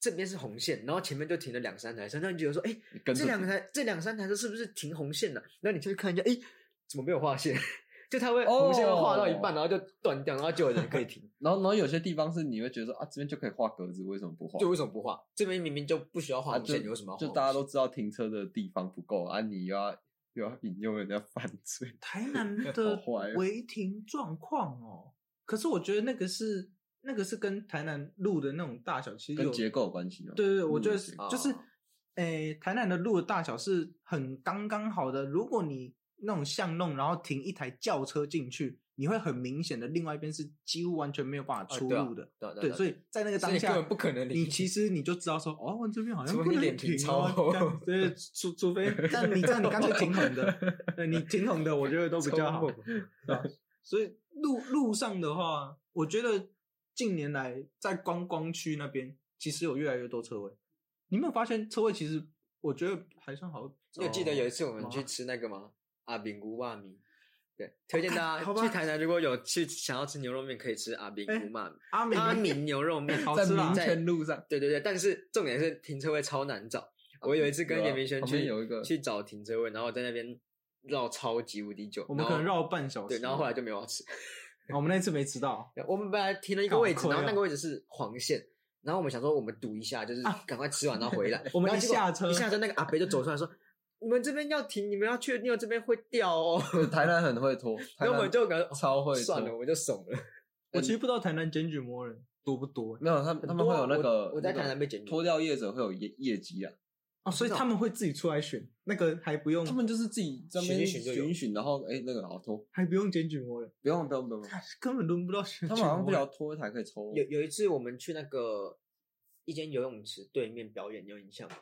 A: 这边是红线，然后前面就停了两三台车，那你觉得说，哎、
B: 你跟着
A: 这两
B: 停
A: 台这两三台车是不是停红线了、然后你就去看一下，哎、怎么没有画线？ 就它会
B: 哦
A: 红线会画到一半，然后就断掉，然后就有人可以
B: ，
A: 停
B: 然后，然后有些地方是你会觉得说啊，这边就可以画格子，为什么不画？
A: 就为什么不画？这边明明就不需要画
B: 啊，
A: 红
B: 就
A: 线，你为什么要画
B: 就
A: 红
B: 大家
A: 线
B: 都知道停车的地方不够啊，你又要又要引诱人家犯罪，
C: 台南
B: 好
C: 的
B: 坏哦
C: 违停状况哦，可是我觉得那个是那个是跟台南路的那种大小其实有
B: 跟结构有关系吗？
C: 对对对，我觉得
B: 路的
C: 是
B: 结
A: 构
C: 就是
A: 哦，
C: 诶、台南的路的大小是很刚刚好的。如果你那种巷弄，然后停一台轿车进去，你会很明显的，另外一边是几乎完全没有办法
A: 啊
C: 出
A: 对啊
C: 路的。
A: 对啊对啊
C: 对，
A: 啊
C: 所以在那个
A: 所以
C: 当
A: 你
C: 下
A: 根本不可能理
C: 你
A: 解
C: 其实你就知道说，哦，这边好像
A: 除
C: 不
A: 非你
C: 能
A: 脸皮
C: 停
A: 超
C: 哦
A: 厚，
C: 这样 对，除除非，但你这样你干脆停红的，对你停红的，我觉得都比较好。啊所以路路上的话，我觉得近年来在观光区那边，其实有越来越多车位。你有没有发现车位其实我觉得还算好找？
A: 你有记得有一次我们
C: 哦
A: 去吃那个吗？啊阿炳姑骂米，对，推荐大家
C: 哦好吧
A: 去台南，如果有去想要吃牛肉面，可以吃啊阿炳姑骂米，
C: 阿美
A: 阿明牛肉面
C: 好
B: 在
C: 吃
B: 民
C: 啦
A: 在
B: 权 路上，
A: 对对对，但是重点是停车位超难找。
C: 哦
A: 我有一次跟
B: 有啊
A: 严明轩
B: 旁
A: 去
B: 边有一个
A: 去找停车位，然后在那边绕超级无敌久，
C: 我们可能
A: 然后
C: 绕半小时。
A: 哦
C: 哦
A: 对，然后后来就没有要 吃。
C: 我们那次没吃 到，
A: 我们本来停了一个位置，
C: 好亏哦
A: 然后那个位置是黄线，然后我们想说我们赌一下，就是
C: 啊。
A: 赶快吃完然后回来
C: 我们
A: 然后
C: 一
A: 结果
C: 下车
A: 一下车那个阿伯就走出来说：“你们这边要停，你们要确定哦，这边会掉 哦。
B: 对台南很会 拖，”台
A: 然后我
B: 南
A: 们就感觉 哦
B: 超会拖
A: 算了，我就怂了。嗯
C: 我其实不知道台南检举魔人多不多欸
B: 没有他
A: 多啊
B: 他们会有那个
A: 我我在
B: 那个
A: 台南被检举
B: 脱掉业者会有业业绩啊，
C: 哦，所以他们会自己出来选，那个还不用
B: 他们就是自己这
A: 嗯
B: 边
A: 巡一巡就有
B: 巡一巡，然后哎那个好拖，
C: 还不用检举魔人，
B: 不用不用不用，不用
C: 根本轮不到检
B: 他们
C: 举
B: 好像
C: 魔
B: 不聊
C: 人。
B: 拖一台可以抽，
A: 有有一次我们去那个一间游泳池对面表演，你有印象吗？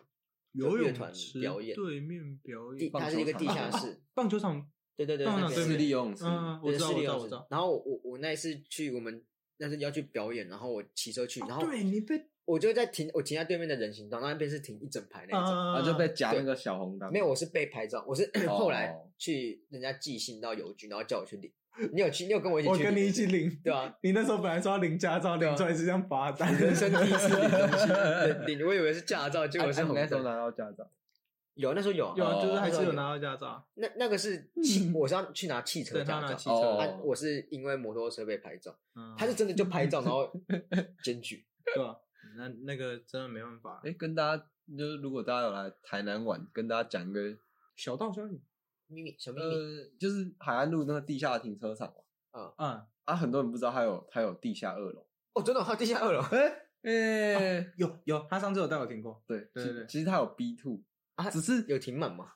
C: 游
A: 乐
C: 泳
A: 团
C: 池
A: 表演
C: 对面表
A: 地，
C: 演，
A: 它是一个地下 室，
C: 棒球场，
A: 对对对，
C: 棒
A: 那
C: 球场
A: 边
C: 对
B: 私
C: 面
B: 立游泳池，
C: 嗯，我
A: 对
C: 知道，
A: 私
C: 我
A: 立
C: 知
A: 游
C: 道，
A: 泳
C: 我
A: 池
C: 知道。
A: 然后我我那一次去我们那次要去表演，然后我骑车去，然后
C: 哦对你被
A: 我就在停，我停在对面的人行道，那边是停一整排那一种。
B: 然
C: 啊
B: 后就被夹那个小红灯，
A: 嗯没有，我是被拍照，我是
B: 哦
A: 后来去人家寄信到邮局，然后叫我去领。你有去？你有跟我一起去？
C: 呃我跟你一起，领，
A: 对啊，
C: 你那时候本来说要领驾照，
A: 对啊
C: 领出来是张罚单。
A: 人生第一次领东西，对领我以为是驾照，结
B: 哎
A: 果是
B: 哎我
A: 红
B: 那时候
A: 灯。
B: 拿到驾照，
A: 有那时候有啊
C: 有啊，就是还是有
A: 哦
C: 拿到驾照。
A: 那那个是汽
C: 嗯
A: 我是要去拿汽车
C: 对他
A: 驾
C: 拿
A: 照
C: 汽，车
B: 哦
A: 啊我是因为摩托车被拍照，
C: 嗯
A: 他是真的就拍照，然后检举。
C: 对吧？那那个真的没办法。
B: 哎，跟大家就是如果大家有来台南玩，跟大家讲一个
C: 小道消息，
A: 秘密小秘密，
B: 呃，就是海岸路那个地下停车场嘛
C: 嗯，
B: 啊，很多人不知道它有它有地下二楼，
A: 哦，真的，他地下二楼
B: 哎哎，
C: 哦有有，他上次有带我听过，
B: 对
C: 对
B: 其
C: 对
B: 其实它有 B two，
A: 啊
B: 只是
A: 有停满吗？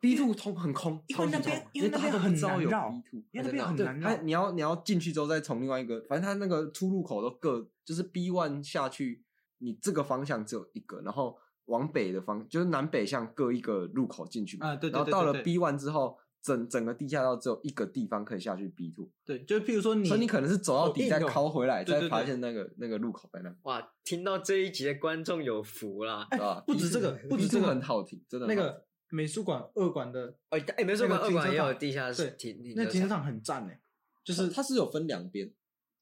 B: B two 通很空，
C: 因为
B: 超级
C: 那边
B: 空
C: 因为那
B: 大家
C: 边
B: 都不
C: 很
B: 知道
C: 难
B: 有
C: 绕
B: B two，
C: 因为那边很
B: 对，
C: 难
B: 它
C: 绕。
B: 你要你要进去之后再从另外一个，反正它那个出入口都各就是 B one 下去，你这个方向只有一个，然后往北的方就是南北向各一个入口进去嘛。
C: 啊，对
B: 然
C: 对
B: 后
C: 对
B: 到了
C: 对
B: B one 之后，整整个地下道只有一个地方可以下去 B two，
C: 对，就是譬如说你，
B: 所以你可能是走到底
A: 好
B: 再
A: 硬哦
B: 靠回来，
C: 对对
B: 再
C: 对
B: 发现那个那个入口在那，
A: 哇，听到这一集的观众有福啦！
B: 对吧？
C: 哎不止这个，不止这
B: B2
C: 个
B: 很好停，真的
C: 那
B: 很好
C: 个美术馆二馆的
A: 哦，哎，没说过，二
C: 那个停车
A: 馆也有
C: 场
A: 地下室
C: 对
A: 停停
C: 那
A: 车
C: 停车
A: 场
C: 场很赞诶，就
B: 停
C: 是
A: 哦
B: 它它是有分两边，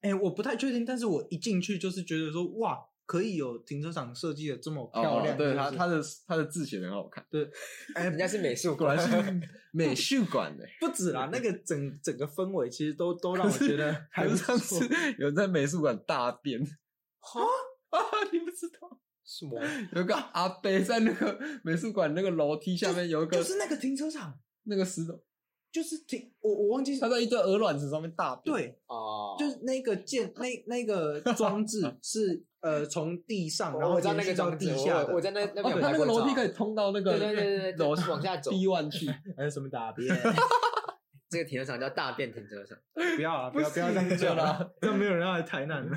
C: 哎，我不太确定，但是我一进去就是觉得说，哇，可以有停车场设计的这么漂亮，
B: 哦对
C: 就是
B: 它它的它的字写的很好看。
C: 对，
A: 哎，人家是美术
B: 果
A: 馆
B: 然，是 美术馆的、
C: 不止啦，那个整整个氛围其实都都 让我 觉得还
B: 还
C: 不
B: 是
C: 错
B: 上。次有人在美术馆大便 啊？你不知道，
A: 什么？
B: 有个阿伯在那个美术馆那个楼梯下面有一个、
C: 就是那个停车场，
B: 那个石头，
C: 就是停，我我忘记
B: 他在一堆鹅卵石上面大便。，
C: 对，
A: 哦，
C: 就是那个建那那个装置是呃从地上，然
A: 我
C: 后
A: 我知道那
C: 延
A: 个
C: 续到
A: 装置
C: 地
A: 我
C: 下
A: 我我
C: 的，
A: 在那那边
B: 哦，
A: 有
B: 他
A: 拍
B: 那
A: 过
B: 个楼
A: 照
B: 梯可以通到那
A: 对
B: 个
A: 对对对对
B: 楼
A: 往下走
B: B one 去。
C: 还哎有什么大便？
A: 这个停车场叫大便停车场。
C: 不要啊了，不要
B: 不
C: 不要这样
B: 行
C: 讲
B: 了
C: 了，这样没有人要来台南了。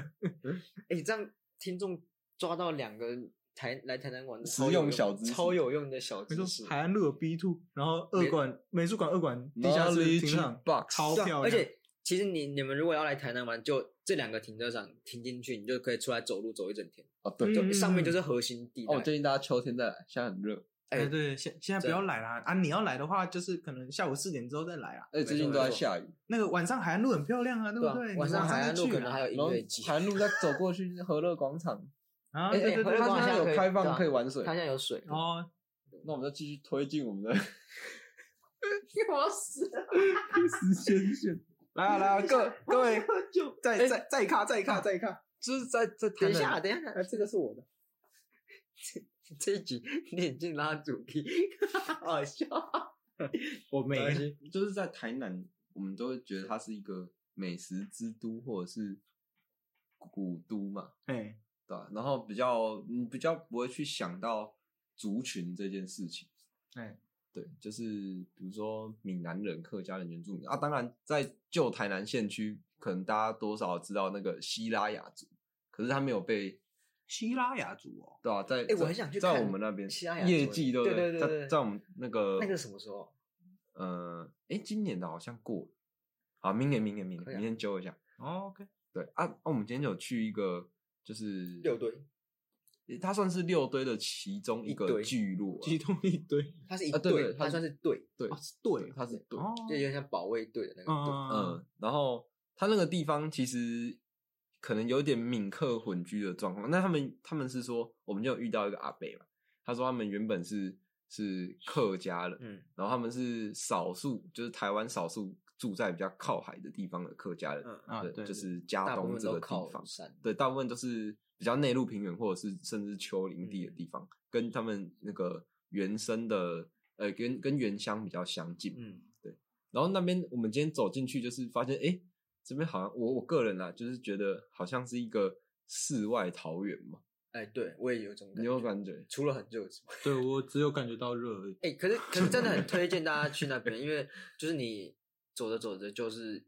A: 哎，这样听众抓到两个台来台南玩的
B: 实
A: 超有
B: 用小知识
A: 超有用的小知
C: 没
A: 识
C: 错，，海岸路有 B two，然后二馆美术馆二馆地下室停车场
B: Knowledge box
C: 超
A: 对啊
C: 漂亮，
A: 而且其实你你们如果要来台南玩，就这两个停车场停进去，你就可以出来走路走一整天。
B: 哦，对，
C: 嗯
A: 就上面就是核心地
B: 哦，我
A: 带，
B: 建议大家秋天再来，现在很热，
C: 哎
A: 哎
C: 对，现现在不要来啦啊！你要来的话，就是可能下午四点之后再来啊。
B: 而且最近
A: 没
B: 都
A: 错
B: 在下雨，
C: 那个晚上海岸路很漂亮啊，对
A: 对
C: 不
A: 啊
C: 对？
A: 晚上海岸路可能还
C: 还
A: 有音
B: 然后
A: 乐季，
B: 韩路再走过去和乐广场，
C: 啊，
B: 哎
C: 对
A: 哎
C: 对
A: 和
C: 对
A: 乐
B: 它
A: 广
C: 对
A: 场
B: 现在
A: 可
B: 有
A: 以
B: 开
A: 对
B: 放
A: 啊
B: 可以玩水
A: 它，现在有水。
C: 哦，
B: 那我们就继续推进我们的
A: 我死了！
B: 时间线。
C: 来啊来 啊，各各位，再再再卡再 卡再卡，
B: 就是在在
A: 等
B: 台
A: 一
B: 南啊
A: 下，，等一下，
C: 哎，这个是我的，
A: 这一集 你眼镜拉主题， 好笑。
C: 我没
B: 没关系 就是在台南，我们都会觉得它是一个美食之都，或者是古都嘛，
C: 哎，
B: 对吧、然后比较你比较不会去想到族群这件事情。
C: 哎，
B: 对，就是比如说闽南人、客家人、原住民啊，当然在旧台南县区，可能大家多少知道那个西拉雅族，可是他没有被
D: 希拉雅族哦，
B: 对吧、啊在
A: 哎我
B: 在
A: 很想去
B: 在
A: 看
B: 我们那边
A: 西拉雅族
B: 业绩，不
A: 对对对对
B: 在
A: 对
B: 在我们那个
A: 那个什么时候？
B: 呃，哎，今年的好像过了，好，明年明年明
A: 可以
B: 年
A: 啊
B: 明年揪一下。
D: 哦，OK，
B: 对啊，啊，我们今天有去一个就是
A: 六堆，
B: 诶它算是六堆的其中一
A: 一
B: 个
A: 堆
B: 聚落啊、
C: 激动一堆，
A: 它是一
B: 啊对对
A: 队，
B: 它
A: 它
B: 是
A: 算是队，
B: 对
C: 哦，是对
B: 对，它是对，
C: 哦，
A: 就有点像保卫队的那个队。
C: 嗯
B: 嗯，然后它那个地方其实可能有点闽客混居的状况。那他们他们是说，我们就有遇到一个阿伯嘛，他说他们原本是是客家人，
A: 嗯
B: 然后他们是少数，就是台湾少数住在比较靠海的地方的客家人，
A: 嗯，
C: 啊，对，
B: 就是嘉
A: 大部
B: 东
A: 分
B: 这
A: 都
B: 个
A: 靠
B: 地方，
A: 山。
B: 对，大部分都是比较内陆平原或者是甚至丘陵
A: 嗯
B: 地的地方，跟他们那个原生的呃，跟跟原乡比较相近。
A: 嗯，
B: 然后那边我们今天走进去，就是发现，哎，这边好像我我个人啊，就是觉得好像是一个世外桃源嘛，
A: 哎，对我也有这种
B: 你
A: 感
B: 有
A: 觉，
B: 感觉？
A: 除了很热之外，
C: 对我只有感觉到热而已。
A: 哎，可是可是真的很推荐大家去那边，因为就是你走着走着就是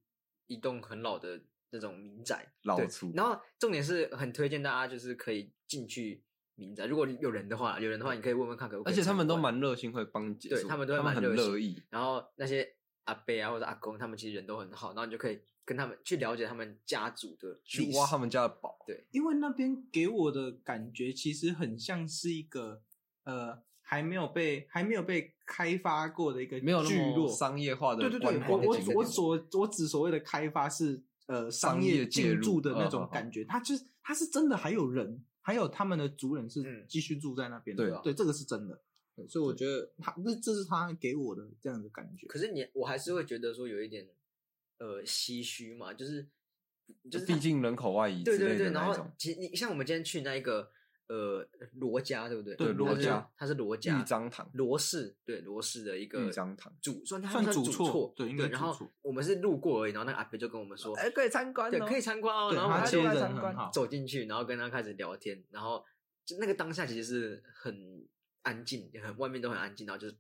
A: 一栋很老的那种民宅，
B: 老
A: 对
B: 粗
A: 然后重点是很推荐大家就是可以进去民宅，如果有人的话，有人的话你可以问问看可不可
B: 而
A: 以
B: 且
A: 参观。
B: 他们都蛮热心，会帮你解说，
A: 对他们都会蛮
B: 很
A: 热心
B: 乐意。
A: 然后那些阿伯啊或者阿公，他们其实人都很好，然后你就可以跟他们去了解他们家族的
B: 去
A: 历
B: 挖
A: 史
B: 他们家的宝，
C: 因为那边给我的感觉其实很像是一个呃还没有被还没有被开发过的一个
B: 没有
C: 聚
B: 那么
C: 落。
B: 商业化的
C: 对对对
B: 观，
C: 我
B: 光
C: 我
B: 景
C: 我
B: 点
C: 所我指所谓的开发是呃
B: 商业
C: 业
B: 介
C: 进
B: 入
C: 驻的那
B: 嗯
C: 种
B: 好
C: 感觉，它就是它是真的还有人，还有他们的族人是
A: 嗯
C: 继续住在那边的，
B: 对啊
C: 对，这个是真的。对所以我觉得他这这是他给我的这样的感觉。
A: 可是你，我还是会觉得说有一点呃唏嘘嘛，就是就是
B: 毕
A: 它
B: 竟人口外移
A: 对
B: 之
A: 对
B: 类
A: 对，
B: 的
A: 然
B: 那一
A: 后
B: 种
A: 其实你像我们今天去那一个呃罗家，对不对？
C: 对
A: 它
B: 罗
A: 是
B: 家，
A: 它是罗家
B: 玉章堂，
A: 罗氏对罗氏的一个
B: 玉章堂
A: 主，算它
C: 算
A: 主
C: 主
A: 错
C: 厝对应该
A: 然
C: 主
A: 后
C: 厝
A: 我们是路过而已，然后那个阿伯就跟我们说，
D: 哎，可以参观
A: 对，
D: 哦，
A: 可以参观哦，
C: 对
A: 然后我
C: 他
A: 们
C: 其
A: 就
C: 实
D: 来
C: 人
D: 参
C: 很
D: 观
C: 好，
A: 走进去，然后跟他开始聊天，然后就那个当下其实是很安静，很外面都很安静，然后就是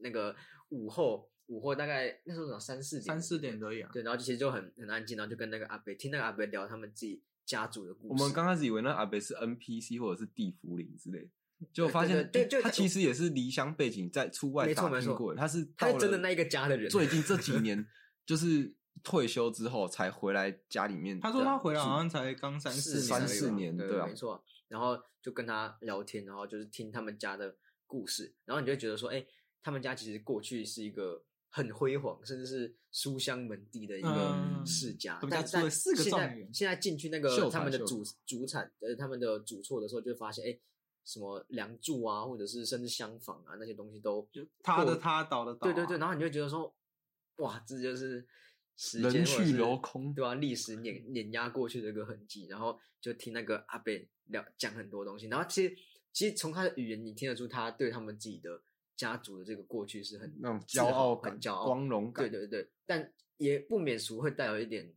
A: 那个午后，午后大概那时候三四点，
C: 三四点而已啊，
A: 对，然后其实就很很安静，然后就跟那个阿伯听那个阿伯聊他们自己家族的故
B: 我
A: 事。
B: 们刚开始以为那阿北是 NPC 或者是地福林之类的，结果发现
A: 对对对
B: 诶
A: 就
B: 他其实也是离乡背景，在出外
A: 没错
B: 打
A: 没
B: 拼
A: 错
B: 过的，他是
A: 他
B: 到
A: 是真的
B: 了
A: 那一个家的人
B: 最近这几年就是退休之后才回来家里面。
C: 他说他回来好像
B: 才
C: 才刚三
A: 四
C: 四
B: 三
C: 年而已
B: 啊四
C: 吧
A: 吧
B: 年
A: 对
B: 对啊
A: 没错。然后就跟他聊天，然后就是听他们家的故事，然后你就会觉得说，哎，他们家其实过去是一个很辉煌，甚至是书香门第的一个
C: 嗯
A: 世家
C: 他。们
A: 但
C: 家出了
A: 但
C: 四个
A: 现
C: 状
A: 在
C: 元
A: 现在进去那
B: 秀
A: 个他
B: 才
A: 们的
B: 秀
A: 主主产呃他们的主厝的时候，就会发现，哎，什么梁柱啊，或者是甚至厢房啊那些东西都
C: 就他的
A: 过
C: 他倒的倒啊，
A: 对
B: 哦
A: 对对，然后你就觉得说，哇，这就是时间
B: 人
A: 或者
B: 去
A: 是
B: 楼空
A: 对吧、啊历史碾碾压过去的一个痕迹，然后就听那个阿贝聊讲很多东西，然后其实其实从他的语言，你听得出他对他们自己的家族的这个过去是很
B: 那种
A: 自豪
B: 骄傲
A: 很
B: 感、
A: 骄傲、
B: 光荣感，
A: 对对对，但也不免俗会带有一点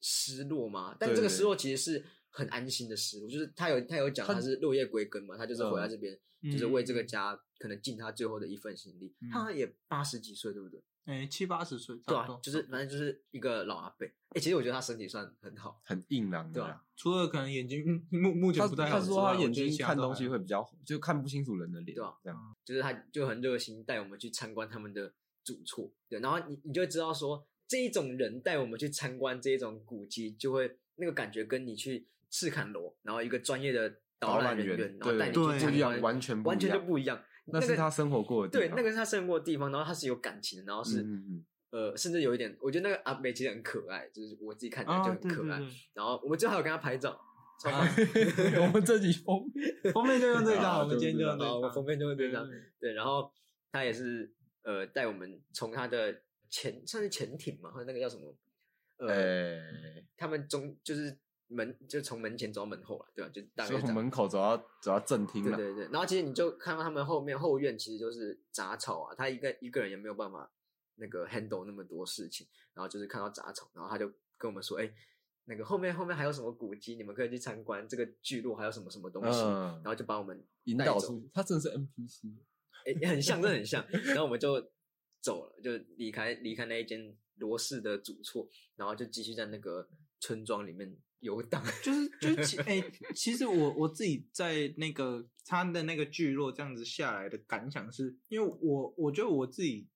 A: 失落嘛。但
B: 对
A: 这个
B: 对
A: 失落其实是很安心的失落，就是他有他有讲
B: 他
A: 他是落叶归根嘛，他就是回来这边，
C: 嗯
A: 就是为这个家可能尽他最后的一份心力。
C: 嗯
A: 他也八十几岁，对不对？
C: 哎七八十岁，
A: 对
C: 差不
A: 啊
C: 多，
A: 就是反正就是一个老阿伯。哎、其实我觉得他身体算很好，
B: 很硬朗的
A: 对
B: 啦。
A: 啊
C: 除了可能眼睛嗯目目前
B: 他
C: 不太
B: 他
C: 好之
B: 说
C: 外，
B: 他眼睛看东
C: 东
B: 西
C: 西
B: 会比较就看不清楚人的脸，
A: 对啊
B: 这样
A: 就是他就很热心带我们去参观他们的主厝，对，然后你你就会知道说这一种人带我们去参观这一种古迹，就会那个感觉跟你去赤坎楼，然后一个专业的导览
B: 览
A: 人
B: 员
A: 员，然后
B: 对
A: 带你
C: 对
A: 去
B: 不
A: 参
B: 一样，
A: 观，
B: 完全
A: 完全就
B: 不
A: 不
B: 一
A: 一样，
B: 那是
A: 个
B: 他生活过的地
A: 对，
B: 方
A: 那个是他生活的地方，然后他是有感情的，然后
B: 样。
A: 是、
B: 嗯嗯嗯，
A: 呃，甚至有一点，我觉得那个阿北其实很可爱，就是我自己看起来就
C: 啊，
A: 很
C: 对
A: 可
C: 对
A: 爱，
C: 对，
A: 然后我们最后还有跟他拍 照，超棒
C: 啊
B: 我们这集封
C: 封面就用这
A: 啊
C: 张，
B: 好
C: 我们今天就用这
A: 然后
C: 张，
A: 封面就会这
C: 对
A: 张，对，然后他也是呃带我们从他的潜算是潜艇嘛，或者那个叫什么呃，
B: 哎，
A: 他们中就是门就从门前走到门后了，对吧、就大概
B: 所以
A: 是这样。
B: 从门口走到走到正厅
A: 对
B: 了，
A: 对对，然后其实你就看到他们后面后院其实就是杂草啊，他一个一个人也没有办法那个 handle 那么多事情，然后就是看到杂草，然后他就跟我们说，哎，那个后面后面还有什么古迹，你们可以去参观。这个聚落还有什么什么东西，
B: 嗯
A: 然，后就把我们
B: 引
A: 带
B: 导
A: 走
B: 出去，他真的是 NPC，
A: 诶也很像，真的很 像。然后我们就走了，就离开离开那一间罗氏的主厝，然后就继续在那个村庄里面游荡。
C: 就是就是其哎、其实我我自己在那个他的那个聚落这样子下来的感想是，因为我我觉得我自己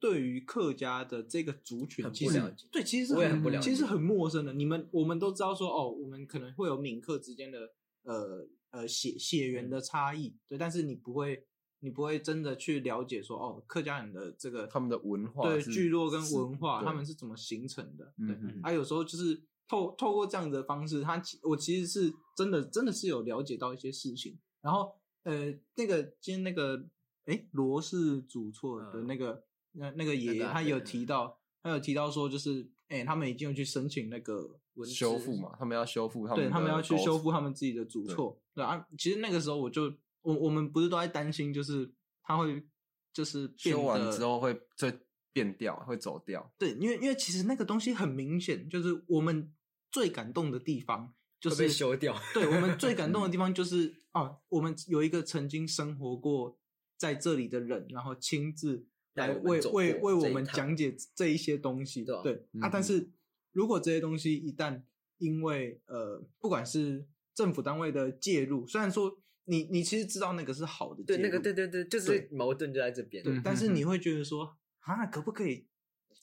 C: 对于客家的这个族群
A: 很不
C: 其实
A: 了解
C: 对其实是
A: 我也很不了解
C: 其实很陌生的。你们我们都知道说哦，我们可能会有闽客之间的呃呃血血缘
A: 嗯
C: 的差异，对，但是你不会你不会真的去了解说哦，客家人的这个
B: 他们的文化
C: 对
B: 是
C: 聚落跟
B: 是
C: 文化
B: 对
C: 他们是怎么形成的，对。
B: 嗯
C: 啊，有时候就是透透过这样子的方式，他其我其实是真的真的是有了解到一些事情。然后呃，那个今天那个诶罗氏主错的
B: 呃
A: 嗯
C: 那个、那那个爷
A: 那
C: 爷，
A: 个啊
C: 他
A: 对
C: 有
A: 对
C: 提到，他有提到说就是诶他们已经有去申请那个文字
B: 修复，嘛，他们要修复他们
C: 对
B: 的
C: 他们要去
B: 高
C: 修
B: 层
C: 复他们自己的主错。对啊，其实那个时候我就我我们不是都在担心，就是他会就是变
B: 修完
C: 得
B: 之后会会变掉，会走掉，
C: 对，因为因为其实那个东西很明显，就是我们最感动的地方就
A: 会
C: 是
A: 被修掉
C: 对我们 最感动的地方就是哦，我们有一个曾经生活过在这里的人，然后亲自
A: 带
C: 来
A: 我们
C: 为
A: 走过
C: 为为我
A: 这一
C: 们
A: 趟
C: 讲解这一些东西。
A: 对啊
C: 啊，但
B: 嗯
C: 是如果这些东西一旦因为呃，不管是政府单位的介入，虽然说你你其实知道那个是好的
A: 对，
C: 介入，
A: 那个对对对，就是
C: 对
A: 矛盾就在这边。
B: 对
C: 但是你会觉得说啊，可不可以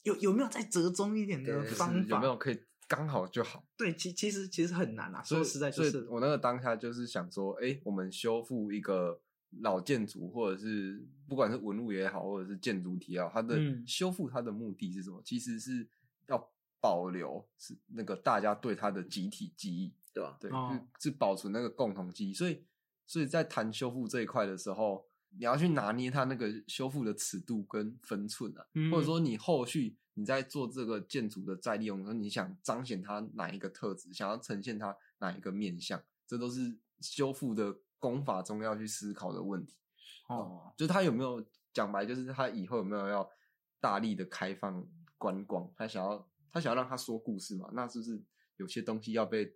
C: 有有没有再折中一点的
A: 对
B: 就是
C: 方
B: 有
C: 法？
B: 没有可以刚好就好。
C: 对，其其实其实很难啊，
B: 所以
C: 说实在就
B: 所以
C: 是
B: 我那个当下就是想说，哎、我们修复一个老建筑，或者是不管是文物也好，或者是建筑体也好，它的
C: 嗯
B: 修复它的目的是什么？其实是要保留是那个大家对它的集体记忆，
A: 对吧？
B: 对，
C: 哦
B: 是是保存那个共同记忆。所以，所以在谈修复这一块的时候，你要去拿捏它那个修复的尺度跟分寸啊，
C: 嗯
B: 或者说你后续你在做这个建筑的再利用的时候，你想彰显它哪一个特质，想要呈现它哪一个面相，这都是修复的功法中要去思考的问题。
C: 哦，
B: 就是他有没有讲白，就是他以后有没有要大力的开放观光？他想要他想要让他说故事嘛？那是不是有些东西要被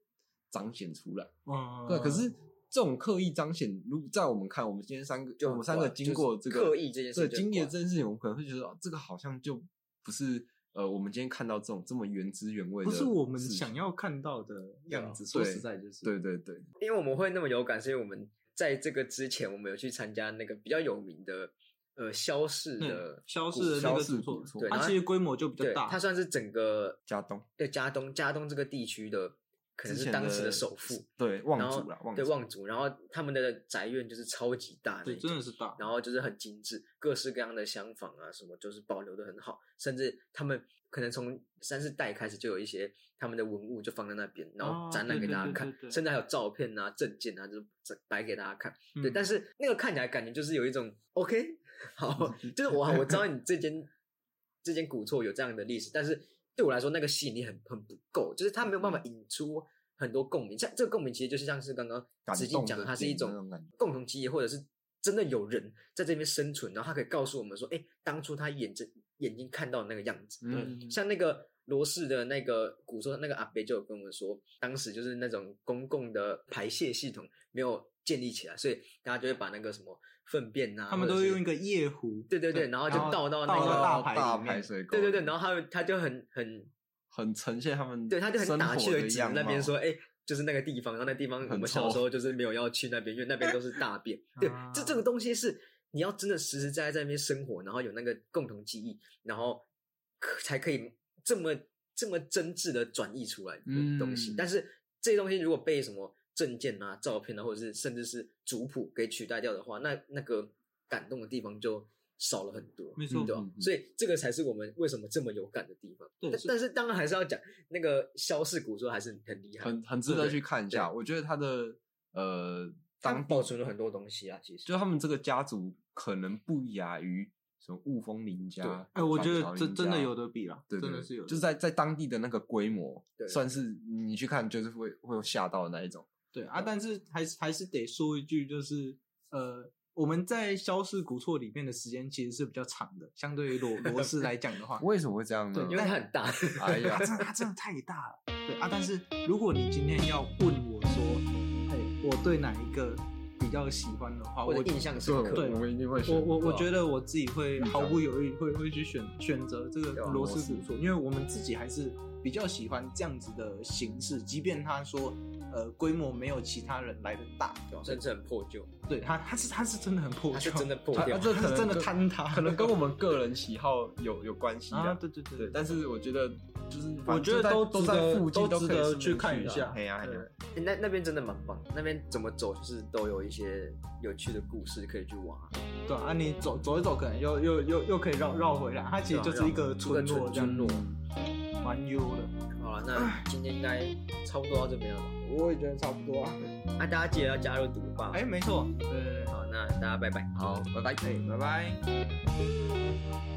B: 彰显出来？
C: 嗯，
B: 哦对，可是这种刻意彰显，如果在我们看，我们今天三个，
A: 就
B: 我们三个
A: 很怪
B: 经过
A: 就是
B: 这个
A: 刻意这件事
B: 对
A: 就
B: 经历了
A: 很怪
B: 这件事情，我们可能会觉得、啊、这个好像就不是呃，我们今天看到这种这么原汁原味的
C: 不
B: 事
C: 是
B: 情，
C: 我们想要看到的样子。说
B: 对
C: 实在就是，
B: 对对对，
A: 因为我们会那么有感，是因为我们在这个之前，我们有去参加那个比较有名的呃萧氏的
C: 嗯，消
A: 古
C: 失的那
B: 消
C: 个
B: 逝
C: 主
B: 古
C: 错，
B: 厝
A: 对
C: 它
A: 然后
C: 其实规模就比较
A: 对，
C: 大，
A: 它算是整个
B: 加东
A: 对加东加东这个地区的，可能
B: 之
A: 是
B: 前
A: 当时的首富，
B: 对
A: 然
B: 望
A: 后
B: 族啦，望
A: 对
B: 族
A: 望族，然后他们的宅院就是超级大那
C: 对，
A: 一
C: 真
A: 种，
C: 的是大。
A: 然后就是很精致，各式各样的厢房啊什么，就是保留的很好，甚至他们可能从三四代开始就有一些他们的文物就放在那边，然后
C: 哦
A: 展览
C: 对
A: 给
C: 对
A: 大家
C: 对
A: 看，
C: 对对
A: 甚至还有照片啊、证件啊，就是摆给大家看。对，
C: 嗯
A: 但是那个看起来感觉就是有一种 OK，好，
C: 嗯
A: 就是我我知道你这间这间古厝有这样的历史，但是对我来说那个吸引力很很不够，就是它没有办法
C: 嗯
A: 引出很多共鸣。像这个共鸣其实就是像是刚刚
B: 感
A: 子静
B: 动
A: 讲
B: 的
A: 它是
B: 点
A: 一
B: 的那种
A: 种
B: 感觉
A: 共同记忆，或者是真的有人在这边生存，然后他可以告诉我们说，哎，当初他眼睛眼睛看到的那个样子，
B: 嗯
A: 像那个罗氏的那个古时候那个阿伯就有跟我们说，当时就是那种公共的排泄系统没有建立起来，所以大家就会把那个什么粪便呐、啊，
C: 他们
A: 或者
C: 都
A: 是
C: 用一个夜壶，
A: 对对对然后就倒到
C: 到
A: 那个
C: 大
B: 排
C: 排里面
B: 排水沟
A: 对
B: 里面，
A: 对对，然后他们他就很很
B: 很呈现他们
A: 对，他就很
B: 嗯生
A: 打趣
B: 活
A: 的指
B: 样
A: 那边
B: 貌
A: 说，哎、就是那个地方，然后那地方我
B: 很
A: 们小
B: 臭啊
A: 时候就是没有要去那边，因为那边都是大 便。对，这这个东西是你要真的实实在在在那边生活，然后有那个共同记忆，然后可才可以这么这么真挚的转译出来的东西。
B: 嗯
A: 但是这些东西如果被什么证件啊、照片啊，或者是甚至是族谱给取代掉的话，那那个感动的地方就少了很多。
C: 没错
A: 对吧？
B: 嗯嗯嗯
A: 所以这个才是我们为什么这么有感的地方。
C: 对
A: 但
C: 是
A: 但是当然还是要讲那个萧氏古说还是很厉害，
B: 很很值得
A: 对
B: 去看一下。我觉得他的呃，
A: 它
B: 当
A: 保存了很多东西啊，其实
B: 就他们这个家族可能不亚于什么雾峰林家
A: 对，
C: 哎，我觉
B: 板桥
C: 得
B: 林
C: 这真的
B: 家
C: 有得比了，
B: 对，
C: 真
B: 对
C: 的是有得比，
B: 就是在在当地的那个规模
A: 对，
B: 算是你去看就是会会有吓到的那一种。，
C: 对啊，但是还是还是得说一句，就是呃，我们在消逝古厝里面的时间其实是比较长的，相对于罗罗斯来讲的话
B: 为什么会这样呢
C: 对？
A: 因为它很大。
B: 哎呀
C: 它，真的它真的啊太大了。对啊，但是如果你今天要问我说，哎，我对哪一个比较喜欢的话，
A: 我
C: 我
A: 的印象深刻。
B: 对，
C: 对
B: 我们一定会选
C: 我我
A: 对
C: 我
A: 啊
C: 觉得我自己会
B: 嗯
C: 毫不犹豫会会去选选择这个
A: 对啊
C: 螺丝古厝，因为我们自己还是比较喜欢这样子的形式，即便他说呃规模没有其他人来的大，对吧？
A: 甚至很破旧，
C: 对他他是他是真的很破
A: 它
C: 旧，
A: 啊是真的破
B: 他
A: 掉
B: 他。啊这
C: 它
B: 可
C: 是
B: 能
C: 真的
B: 跟
C: 坍塌，
B: 可能跟我们个人喜好有有关系
C: 啊
B: 的。
C: 对对对
B: 对，但是我觉得就是
C: 我觉得都
B: 都
C: 值
B: 在
C: 得
B: 附近，都
C: 都值
B: 可以
C: 得
B: 顺便
C: 去看
B: 去
C: 一
B: 的
C: 下
B: 哎呀，哎
C: 对
B: 呀
A: 欸那那边真的蛮棒，那边怎么走就是都有一些有趣的故事可以去挖。
C: 对啊，你走走一走，可能又又又又可以绕绕回来，它其实就是一个村落这样
A: 一个村村落
C: 蛮优的。
A: 好了，那今天应该差不多到这边了吧？
C: 我也觉得差不多啊。
A: 那、大家记得要加入读吧。
C: 哎，没错，对对对，
A: 好，那大家拜拜。
B: 好，拜拜。
C: 哎，拜拜。